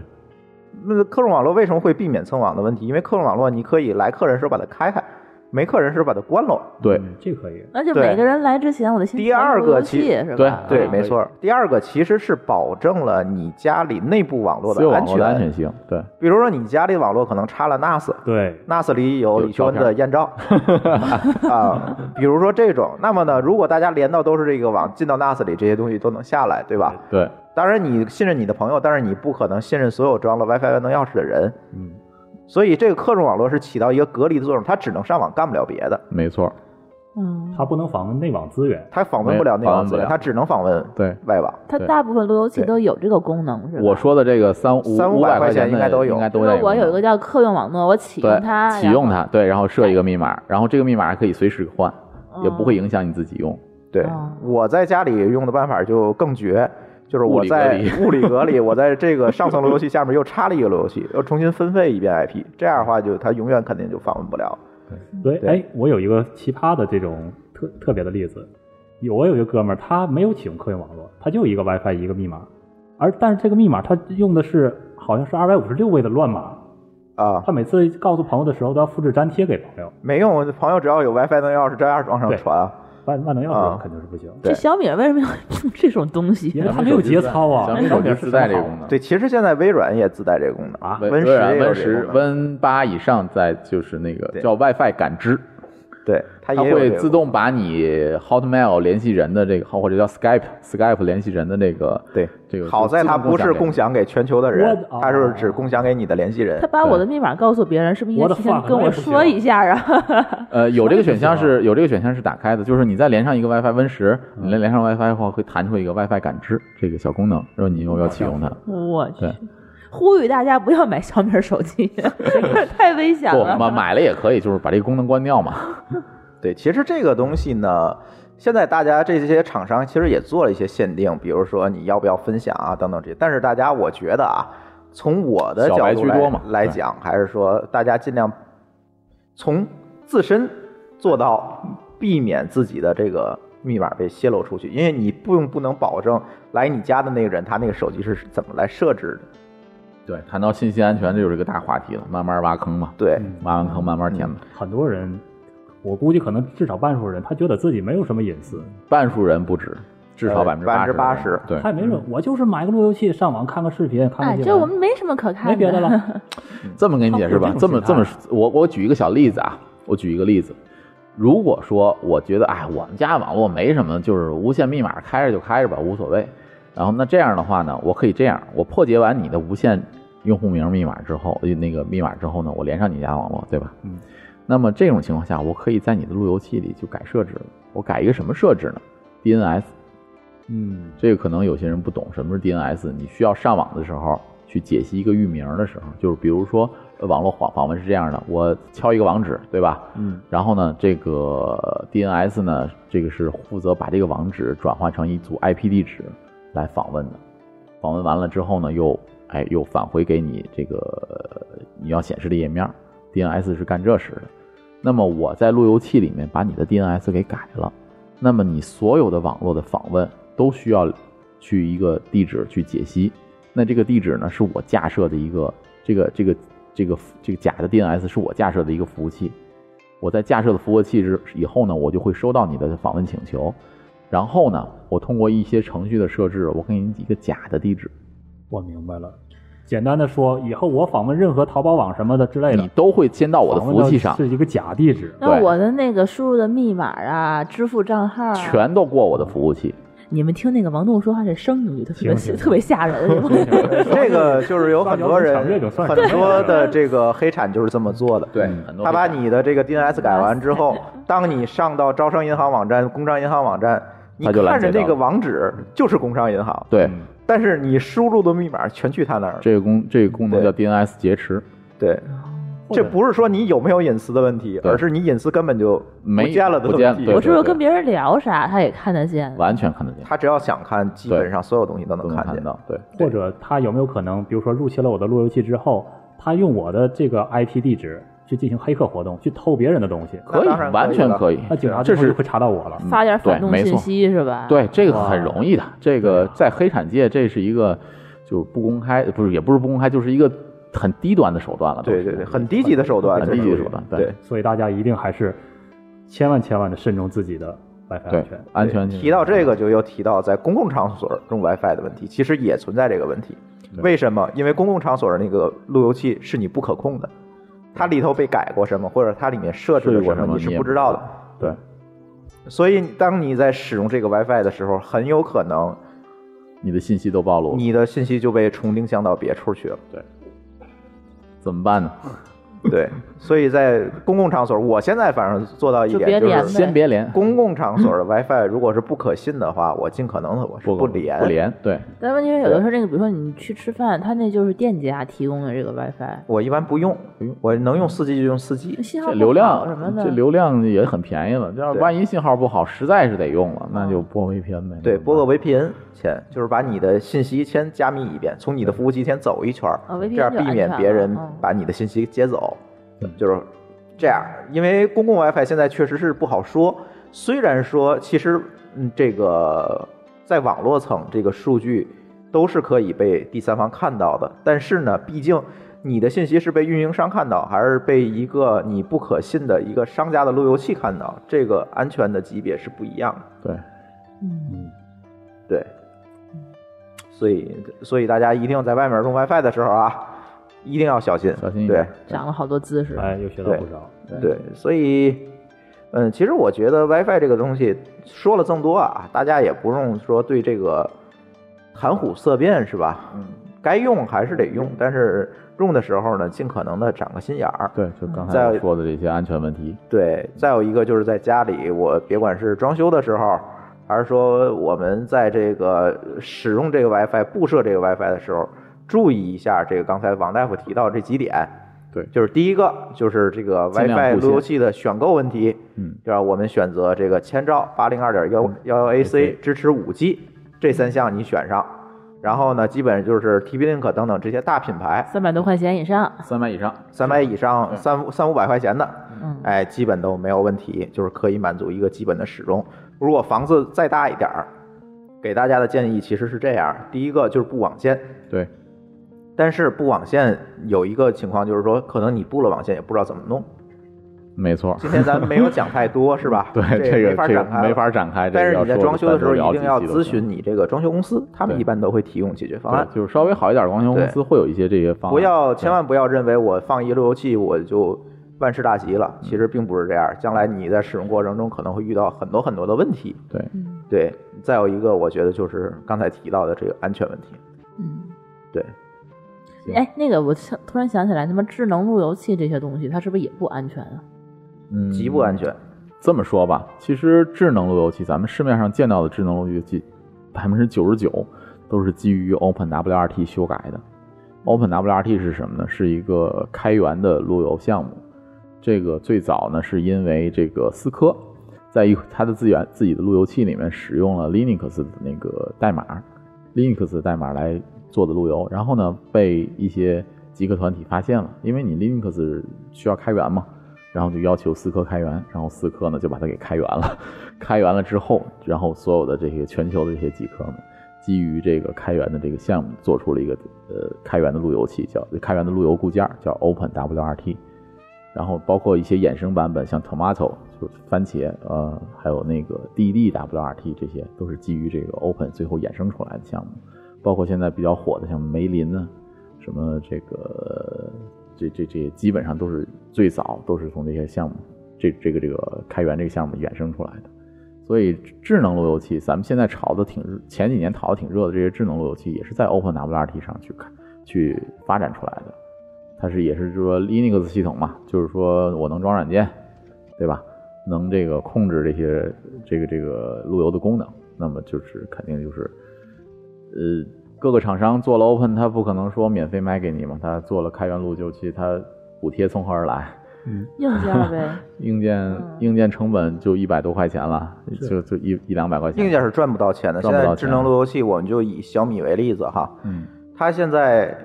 那客用网络为什么会避免蹭网的问题？因为客用网络你可以来客人时候把它开开，没客人时候把它关了。
对，
嗯，这可以。
那就
对
每个人来之前，我的先
第二
装路由
个其
器是吧？
对
对，
啊
没错。第二个其实是保证了你家里内部网络
所有
的
网
安
络的安
全。
全性，对，
比如说你家里网络可能插了 NAS，
对，
NAS 里有
有
李秋恩
照
的艳照 啊，比如说这种。那么呢，如果大家连到都是这个网，进到 NAS 里，这些东西都能下来，对吧？
对，
当然，你信任你的朋友，但是你不可能信任所有装了 WiFi 万能钥匙的人。
嗯，
所以这个客众网络是起到一个隔离的作用，它只能上网，干不了别的，
没错，
嗯，
它不能访问内网资源，
它访问不了内网资源，
没访问不了
它只能访问
对。
外网。
它
对
大部分路由器
对
都有这个功能是吧？
我说的这个三五
三
五
五
百
百
块
块钱
的
应该都有
应该都
如
有
果。我有一个叫客用网络，我启
对
用它，
启用它，对，然后设一个密码，然后这个密码可以随时换，也不会
影。
影响你自己用。
对
哦，
我在家里用的办法就更绝，就是
物
我
理隔
在
离
物理隔离，我在这个上层路由器下面又插了一个路由器，又重新分配一遍 IP，这样的话就它永远肯定就访问不了。
所以
对
哎，我有一个奇葩的这种特特别的例子，有我有一个哥们儿，他没有启用客用网络，他就一个 WiFi 一个密码，而但是这个密码他用的是好像是二百五十六位的乱码，
啊，
他每次告诉朋友的时候都要复制粘贴给朋友，
没用，朋友只要有 WiFi 能钥匙，照样往上
对
传啊。
万万能钥
啊
匙肯定是不行，
这
对
小米为什么要 用这种东西
因？为他没有节操
哦
啊，
小米手机自带这个功能。
对，其实现在微软也自带这个功能
啊
微
，Win
微
10
软
也有这个
，Win 十、
功能，
Win 八以上在就是那个
对
叫 WiFi 感知，
对，它
它
也有这
会
个
自动把你 Hotmail 联系人的这个，或者叫 Skype Skype 联系人的那个
对
这个，
好在它不是共享给全球的人
我，
它是只共享给你的联系人
他。把我的密码告诉别人，是不是应该提前跟我说一下啊？
呃，有这个选项是有这个选项是打开的，就是你再连上一个 WiFi Win 十，你再连上 WiFi 的话，会弹出一个 WiFi 感知这个小功能，然后你要不要启用它？
我去
对！
呼吁大家不要买小米 手机，太危险
不，
了。
买买了也可以，就是把这个功能关掉嘛。
对，其实这个东西呢，现在大家这些厂商其实也做了一些限定，比如说你要不要分享啊等等这些。但是大家我觉得啊，从我的
小
角
白
度
居
来
多嘛
来
对
讲，还是说大家尽量从自身做到避免自己的这个。密码被泄露出去，因为你不用不能保证来你家的那个人他那个手机是怎么来设置的。
对，谈到信息安全，这就是个大话题了，慢慢挖坑嘛，
对，
挖完坑慢慢填嘛。
很多人。我估计可能至少半数人，他觉得自己没有什么隐私，
半数人不止，至少
呃
百分之八十。
80%
对嗯
他，也没准我就是买个路由器上网看个视频，看
哎，
个新闻
这我们没什么可看
没别 的了。
这么跟你解释吧
他，会有这
这
种
么
心态
这么，我我举一个小例子啊，我举一个例子，如果说我觉得哎，我们家网络没什么，就是无线密码开着就开着吧，无所谓。然后那这样的话呢，我可以这样，我破解完你的无线用户名密码之后，呃那个密码之后呢，我连上你家网络，对吧？
嗯。
那么这种情况下，我可以在你的路由器里就改设置了。我改一个什么设置呢？DNS。
嗯，
这个可能有些人不懂什么是 DNS，你需要上网的时候去解析一个域名的时候，就是比如说呃网络访访问是这样的，我敲一个网址，对吧？
嗯，
然后呢，这个 DNS 呢，这个是负责把这个网址转化成一组 IP 地址来访问的。访问完了之后呢，又哎又返回给你这个呃你要显示的页面儿。DNS 是干这事的。那么我在路由器里面把你的 DNS 给改了，那么你所有的网络的访问都需要去一个地址去解析。那这个地址呢，是我架设的一个这个这个这个这个假的 DNS 是我架设的一个服务器。我在架设的服务器之以后呢，我就会收到你的访问请求，然后呢，我通过一些程序的设置，我给你一个假的地址，
我明白了。简单的说，以后我访问任何淘宝网什么的之类的
你，都会先到我的
访
服
问
务
到
器上，
是一个假地址。
那我的那个输入的密码啊，支付账号啊，
全都过我的服务器。
你们听那个王栋说话这声音，我就特别
行行
特别吓人。是吧
这个就是有很多
造谣工程这
人
种算是
很多的这个黑产就是这么做的，
对
嗯
很多
他
黑
把
产
你的这个 DNS 改完之 后，当你上到招商银行网站、工商银行网站，你
他就
看
拦截
着
到
那个
了
网址就是工商银行，
对，
但是你输入的密码全去他那儿了，
这个功这个功能叫 DNS 劫持，
对，这不是说你有没有隐私的问题，
对
而是你隐私根本就
没
不见了的
不见
问题。
对
我是不是
对
跟别人聊啥，他也看得见？
完全看得见，
他只要想看，基本上所有东西都能
都能
看见
看。到。对，
或者他有没有可能，比如说入侵了我的路由器之后，他用我的这个 IP 地址去进行黑客活动，去偷别人的东西，
可以，
当然
完全
可
可以。
那警察
这
最后
是
就会查到我了。
发点反
对
动
没
信
错
息是吧？，
对，这个很容易的。这个在黑产界，这是一个就不公开，不是也不是不公开，就是一个很低端的手段了。
对对对，很低级的手段，
很低级的
这
手
种
段
东西
对
对，
所以大家一定还是千万千万的慎重自己的 WiFi
对啊
安全。
安全
提到这个，就又提到在公共场所用 WiFi 的问题，其实也存在这个问题。
对
为什么？因为公共场所的那个路由器是你不可控的，它里头被改过什么，或者它里面设置了
设计过什么
你是
你也
不
不
知道的。
对，
所以，当你在使用这个 WiFi 的时候，很有可能
你的信息都暴露了，
你的信息就被重丁香到别处去了。
怎么办呢？
对，所以在公共场所，我现在反正做到一
就别
点就
连呗
是，
先别连，
公共场所的 WiFi 如果是不可信的话，我尽可能的我是
不
连。
不连，对，
但问题是有的时候那个，比如说你去吃饭，他那就是店家提供的这个 WiFi，
我一般不用，我能用四 G 就用四 G
那。信号
这
不
流
好什么
量
的，
这流量也很便宜了。这要是
对
万一信号不好，实在是得用了，那
嗯
就播 VPN 呗。
对，
那就
播个 VPN 先，就是把你的信息先加密一遍，从你的服务器先走一圈儿，
啊
这
，VPN
样避免别人
就安全了嗯
把你的信息接走。就是这样，因为公共 WiFi 现在确实是不好说。虽然说，其实嗯，这个在网络层这个数据都是可以被第三方看到的，但是呢，毕竟你的信息是被运营商看到，还是被一个你不可信的一个商家的路由器看到，这个安全的级别是不一样的。
对，
嗯，
对，所以所以大家一定在外面用 WiFi 的时候啊，一定要小心。
小心一
对
点。
长了好多姿势。
哎，又学到不少。
对，所以嗯，其实我觉得 WiFi 这个东西说了这么多啊，大家也不用说对这个含糊色变是吧？嗯，该用还是得用，但是用的时候呢，尽可能的长个心眼儿。
对，就刚才
在
我说的这些安全问题，
对，再有一个就是在家里，我别管是装修的时候，还是说我们在这个使用这个 WiFi、布设这个 WiFi 的时候，注意一下这个刚才王大夫提到这几点。
对
就是第一个就是这个
尽量
WiFi
布线
路由器的选购问题，
嗯，
就是我们选择这个千兆八零二点幺幺幺 AC 支持五 G 这三项你选上，然后呢，基本就是 TP-Link 等等这些大品牌，
三百多块钱以上，
三百以上，
三百以
嗯
上、三三五百块钱的，
嗯
哎，基本都没有问题，就是可以满足一个基本的使用。如果房子再大一点儿，给大家的建议其实是这样：第一个就是布网线，
对，
但是布网线有一个情况就是说，可能你布了网线也不知道怎么弄。
没错。
今天咱们没有讲太多，是吧？
对，
这
个
没法
这
展开
个
了，
没法展开。这
但
个
是
要
你在
说
装修的时候
单独
一定要
聊几
咨
期都
询你这个装修公司，他们
对
一般都会提供解决方案
对，。就是稍微好一点的装修公司会有一些这些方案。
不要，千万不要认为我放一路由器我就万事大吉了，其实并不是这样。将来你在使用过程中可能会遇到很多很多的问题。
对，
嗯
对，再有一个，我觉得就是刚才提到的这个安全问题。
嗯。
对，
行
哎，那个我想突然想起来，他妈智能路由器这些东西，它是不是也不安全啊？
嗯，
极不安全。
这么说吧，其实智能路由器，咱们市面上见到的智能路由器，百分之九十九都是基于 OpenWRT 修改的。 OpenWRT 是什么呢？是一个开源的路由项目。这个最早呢，是因为这个思科在一它的自源自己的路由器里面使用了 Linux 的那个代码，Linux 的代码来做的路由，然后呢被一些极客团体发现了，因为你 Linux 需要开源嘛，然后就要求思科开源，然后思科呢就把它给开源了， 开源了之后，然后所有的这些全球的这些极客们。基于这个开源的这个项目，做出了一个呃开源的路由器，叫开源的路由固件儿叫 OpenWRT，然后包括一些衍生版本，像 Tomato 就番茄，呃，还有那个 DDWRT 这些都是基于这个 Open 最后衍生出来的项目，包括现在比较火的像梅林呢，什么这个这这这基本上都是最早都是从这些项目这这个这个开源这个项目衍生出来的。所以智能路由器，咱们现在炒的挺热，前几年炒的挺热的这些智能路由器，也是在 OpenWRT 上去看去发展出来的。它是也是说 Linux 系统嘛，就是说我能装软件，对吧？能这个控制这些这个这个路由的功能，那么就是肯定就是，呃，各个厂商做了 Open，它不可能说免费卖给你嘛，它做了开源路由器，它补贴从何而来？
硬 件儿呗，
硬件
嗯
硬件成本就一百多块钱了，就就一一两百块钱。
硬件是赚不到钱的。现
赚不到
在
钱
智能路由器，我们就以小米为例子哈，
嗯，
它现在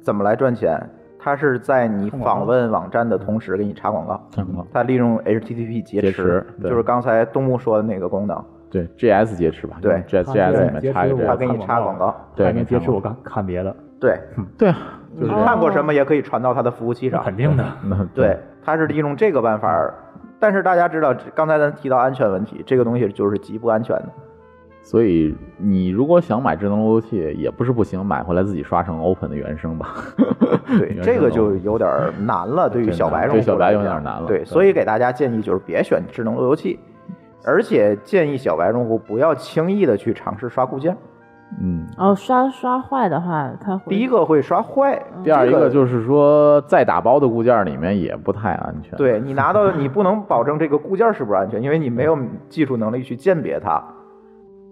怎么来赚钱？它是在你
通广
访
告
问网站的同时给你插广告，
看不到。
它利用 HTTP 劫
劫
持
持，对
就是刚才东木说的那个功能，
对 GS 劫持吧，
对
用 GS
它
GS 里
是
面插一个
劫持
这
它
个
我
给你插广告，
对
还能接
没
持
看
我看看别的，
对，
对啊， 就是这
你
样
看过什么也可以传到它的服务器
那
啊
上，
肯定的。
那
对，它是利用这个办法儿。但是大家知道，刚才咱提到安全问题，这个东西就是极不安全的。
所以你如果想买智能路由器，也不是不行，买回来自己刷成 Open 的原声吧。
对，
原
这个
生的
就有点 儿难了，对于
真的
小白用户
对小白
来
有
讲
点难了
对，
对
所以给大家建议就是别选智能路由器，而且建议小白用户不要轻易的去尝试刷固件。
嗯，
然后刷刷坏的话，它会
第一个会刷坏，
第二一
这
个
个
就是说，再打包的固件里面也不太安全。，
对你拿到你不能保证这个固件是不是安全，因为你没有技术能力去鉴别它。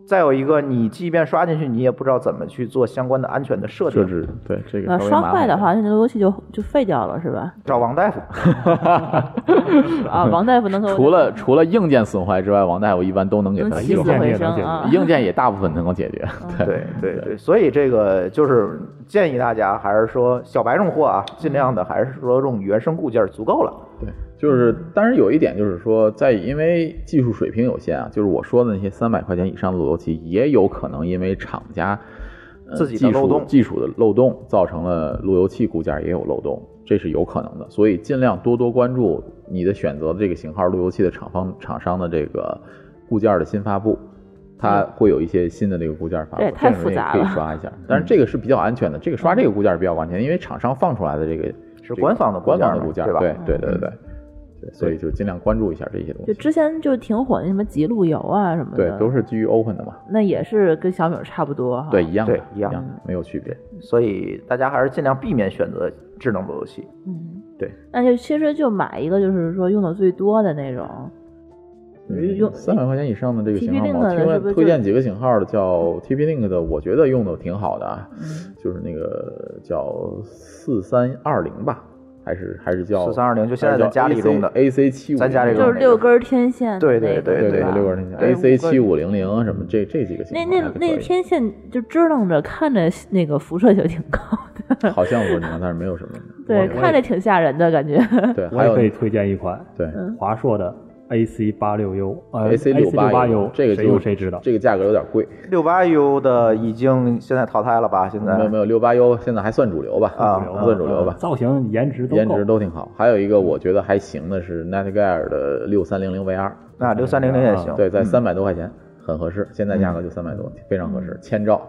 再有一个，你即便刷进去，你也不知道怎么去做相关的安全的设定。
设置对这个
呃
稍微
刷
麻
坏
烦
的
点。
话，那路由器就就废掉了，是吧？
找王大夫，
啊，王大夫能够
除了除了硬件损坏之外，王大夫一般都能给
能
它
起
修
死
好。
回
硬件
生
能解决
啊，
硬件也大部分能够解
嗯
决。
对对对，所以这个就是建议大家，还是说小白用户啊，尽量的还是说用原生固件足够了。
对，就是，但是有一点就是说，在因为技术水平有限啊，就是我说的那些三百块钱以上的路由器，也有可能因为厂家、呃、
自己的漏洞
技术技术的漏洞，造成了路由器固件也有漏洞，这是有可能的。所以尽量多多关注你的选择的这个型号路由器的厂方厂商的这个固件的新发布。它会有一些新的这个固件发布，
对太
这种
复
也
杂
可以
了
刷一下。但是这个是比较安全的，这个刷这个固件比较安全，因为厂商放出来的这个
是官方的固
官
件
方的
嘛
固件，
对吧
对对对对对，对所以就尽量关注一下这些东
就
西。
之前就挺火的什么极路由啊什么
对
的，，啊
都是基于 open 的嘛，
那也是跟小米儿差不多哈。
对，，一样的
对，一样的
的，没有区别。
所以大家还是尽量避免选择智能路由器。
嗯，
对，
那就其实就买一个，就是说用的最多的那种，
嗯
用
三百块钱以上的这个型号
TP-Link
嘛，我听
的
了
是不是
推
就
荐几个型号的，叫 TP Link 的，我觉得用的挺好的啊，
嗯
就是那个叫四三二零吧，还是还是叫
4320就现在咱家里用的
AC 七五，
咱家里用
就
的
是六根儿天线的
对
那
对
个，
对
对
对
吧
六个人
对
，AC
五
七
根儿
五零零什么这这几个型
那
号
那
还是
那
可以
天线就支棱着，看着那个辐射就挺高的，
好像我呢，但是没有什么
对，看着挺吓人的感觉。
对，
我
还
也
有
可以推荐一款
对
华硕的 AC 八六 U，呃
AC
六
八
U，
这个就
谁用谁知道。
这个价格有点贵。
六八 U 的已经现在淘汰了吧？现在
没有没有，六八 U 现在还算主流吧，
啊
还算主流吧，
哎呃造型、颜值都
颜
够
值都挺好。还有一个我觉得还行的是 Netgear 的六三零零 VR，
那六三零零也
嗯
行。
啊
嗯
对，在三百多块钱很合适，现在价格就三百多，非常
嗯
合适，千兆，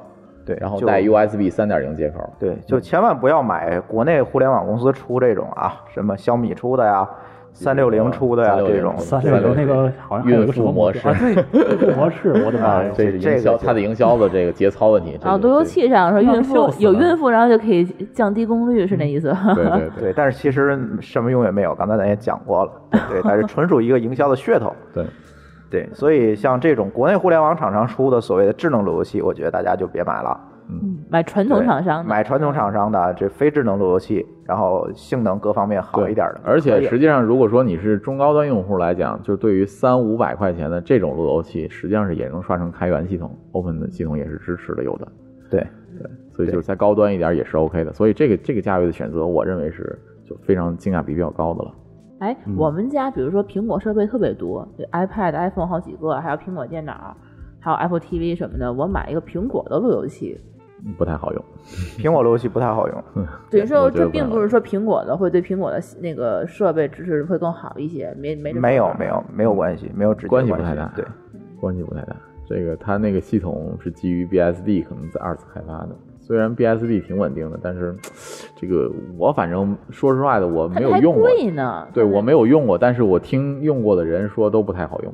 对
然后
就
带 USB 三点零接口，
对，就千万不要买国内互联网公司出这种啊，什么小米出的呀、三六零出的呀
360
这种。
三六零那个好像还有一
孕
个什么
妇模式
啊，对，孕妇模式，我的 妈呀！
啊这是营
这
销，
个就
它的营销的这个节操问题。这
啊，
个
路由器上说
那
孕
笑
妇
死
有
了
孕妇，然后就可以降低功率，是那意思吧？
对对对
对，但是其实什么用也没有，刚才咱也讲过了。对，它是纯属一个营销的噱头。
对，
对，所以像这种国内互联网厂商出的所谓的智能路由器，我觉得大家就别买了。
嗯买传统厂商的，
买传统厂商的这非智能路由器，然后性能各方面好一点的，
而且实
是
际上，如果说你是中高端用户来讲，就对于三五百块钱的这种路由器，实际上是也能刷成开源系统，Open 的系统也是支持的，有的。
对，
所以就是再高端一点也是 OK 的。所以这个这个价位的选择，我认为是就非常性价比比较高的了。
哎，我
嗯
们家比如说苹果设备特别多就，iPad、iPhone 好几个，还有苹果电脑，还有 Apple TV 什么的。我买一个苹果的路由器，
嗯不太好用，
苹果路由器不太好用，
等于说
我觉得不
这
太
并
好
不是说苹果的会对苹果的那个设备支持会更好一些，没没这
没有
说法
没有没有关系，没有直接
关系
系
不太大
对，
关系不太大。这个它那个系统是基于 BSD 可能在二次开发的，虽然 BSD 挺稳定的，但是这个我反正说实话的，我
它
没有
还
用过。
贵呢。
对我没有用过，但是我听用过的人说都不太好用。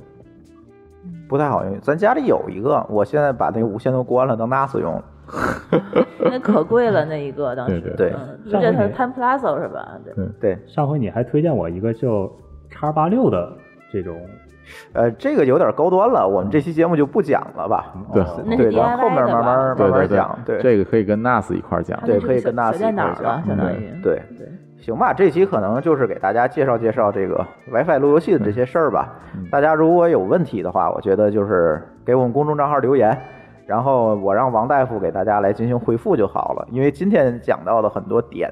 不太好用。咱家里有一个，我现在把那个无线都关了，当 NAS 用了。
那可贵了那一个当时。
对
对
嗯，这叫它是 Time Plaza 是吧？对，
对，
上回你还推荐我一个就叉八六的这种，
呃，这个有点高端了，我们
嗯
这期节目就不讲了吧？
对
那
对，
是
咱
DIY
后面
的
慢
吧
慢慢慢
嗯哦对对
讲。对，
这个可以跟 NAS 一块儿讲
它。
对
那是
可以
小
跟大家
小电脑
一块儿
了，
讲
相当于。
对
对，
行吧，这期可能就是给大家介绍介绍这个 WiFi 路由器的这些事儿吧。
嗯
大家如果有问题的话，我觉得就是给我们公众账号留言，然后我让王大夫给大家来进行回复就好了。因为今天讲到的很多点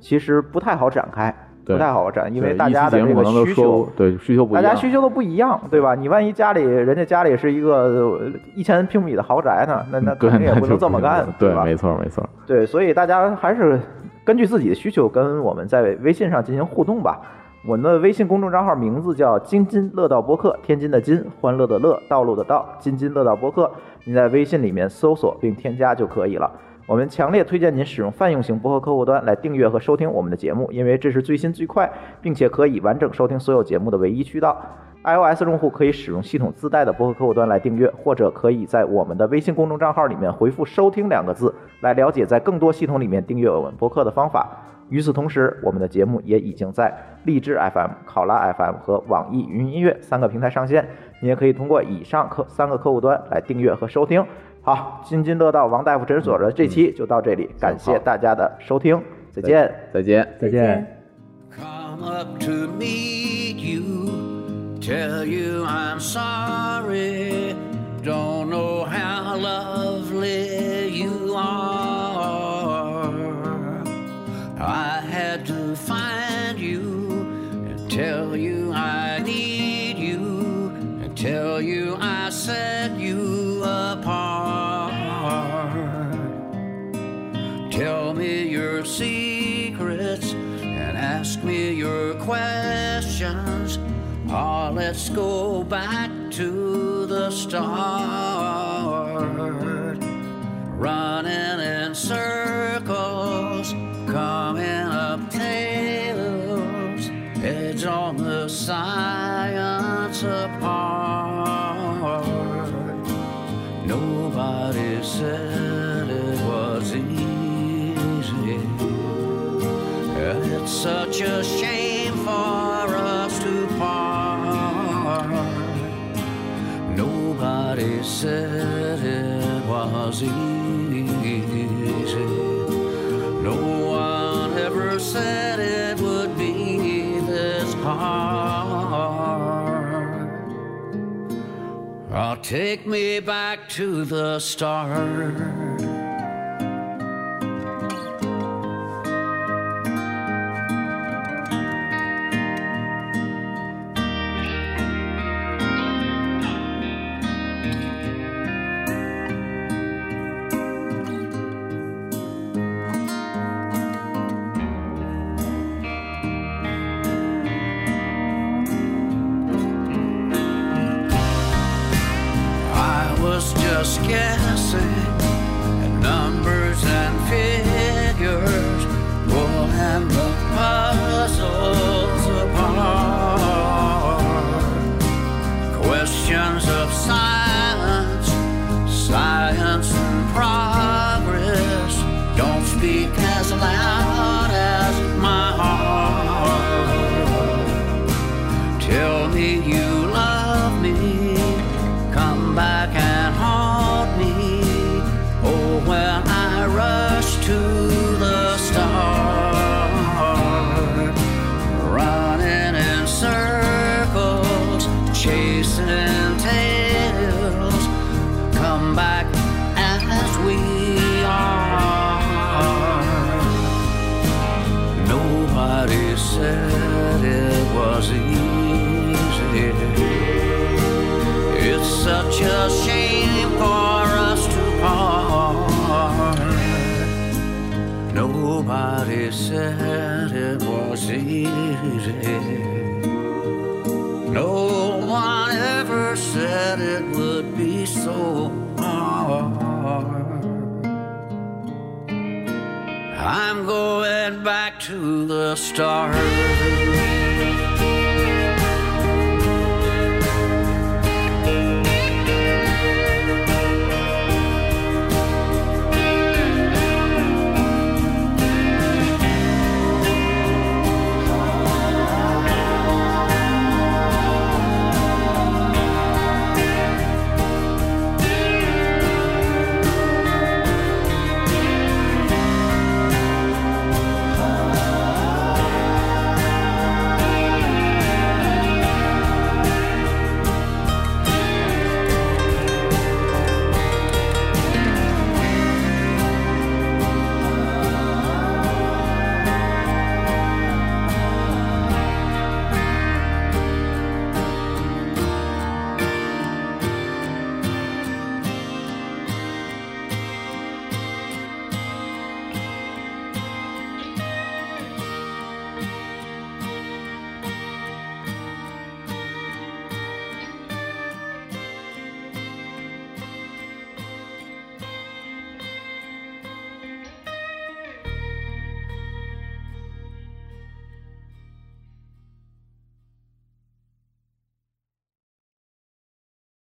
其实不太好展开，
对
不太好展，因为
对
大
一期
家的
节
这
目
个
可能都
需
说
求。
对需求不一
大家
样，
需求都不一样，对吧？你万一家里人家家里是一个呃一千平米的豪宅呢，那那
对
肯定也
嗯那
不能
就
这么干，
对，
吧？
没错没错，
对，所以大家还是根据自己的需求跟我们在微信上进行互动吧。我们的微信公众账号名字叫“津津乐道播客”，天津的津，欢乐的乐，道路的道，津津乐道播客。您在微信里面搜索并添加就可以了。我们强烈推荐您使用泛用型播客客户端来订阅和收听我们的节目，因为这是最新最快，并且可以完整收听所有节目的唯一渠道。iOS 用户可以使用系统自带的播客客户端来订阅，或者可以在我们的微信公众账号里面回复“收听”两个字，来了解在更多系统里面订阅我们播客的方法。与此同时，我们的节目也已经在荔枝 FM、考拉 FM 和网易云音乐三个平台上线，你也可以通过以上客三个客户端来订阅和收听。好，津津乐道王大夫诊所的这期就到这里，感谢大家的收听，再见。
再见。
再见。
Come up to meet you, tell you I'm sorry. Don't know how lovely you are. I had to find you and tell you I need you and tell you I set you apart. Tell me your secrets and ask me your questions. Ah, let's go back to the start. Running in circles, coming up tails. It's on the science apart. Nobody said it was easy. It's such a shame for us to part. Nobody said it was easy. No one ever said it would be this hard. Oh, take me back to the start. I was just guessing at numbers and figures, pulling the puzzles apart. Questions of science, science and progress don't speak as loud as my heart. Tell me you love me. Oh, Come back and haunt me. Somebody said it was easy. It's such a shame for us to part. Nobody said it was easy. No one ever said it would be so hard. I'm going back to the start.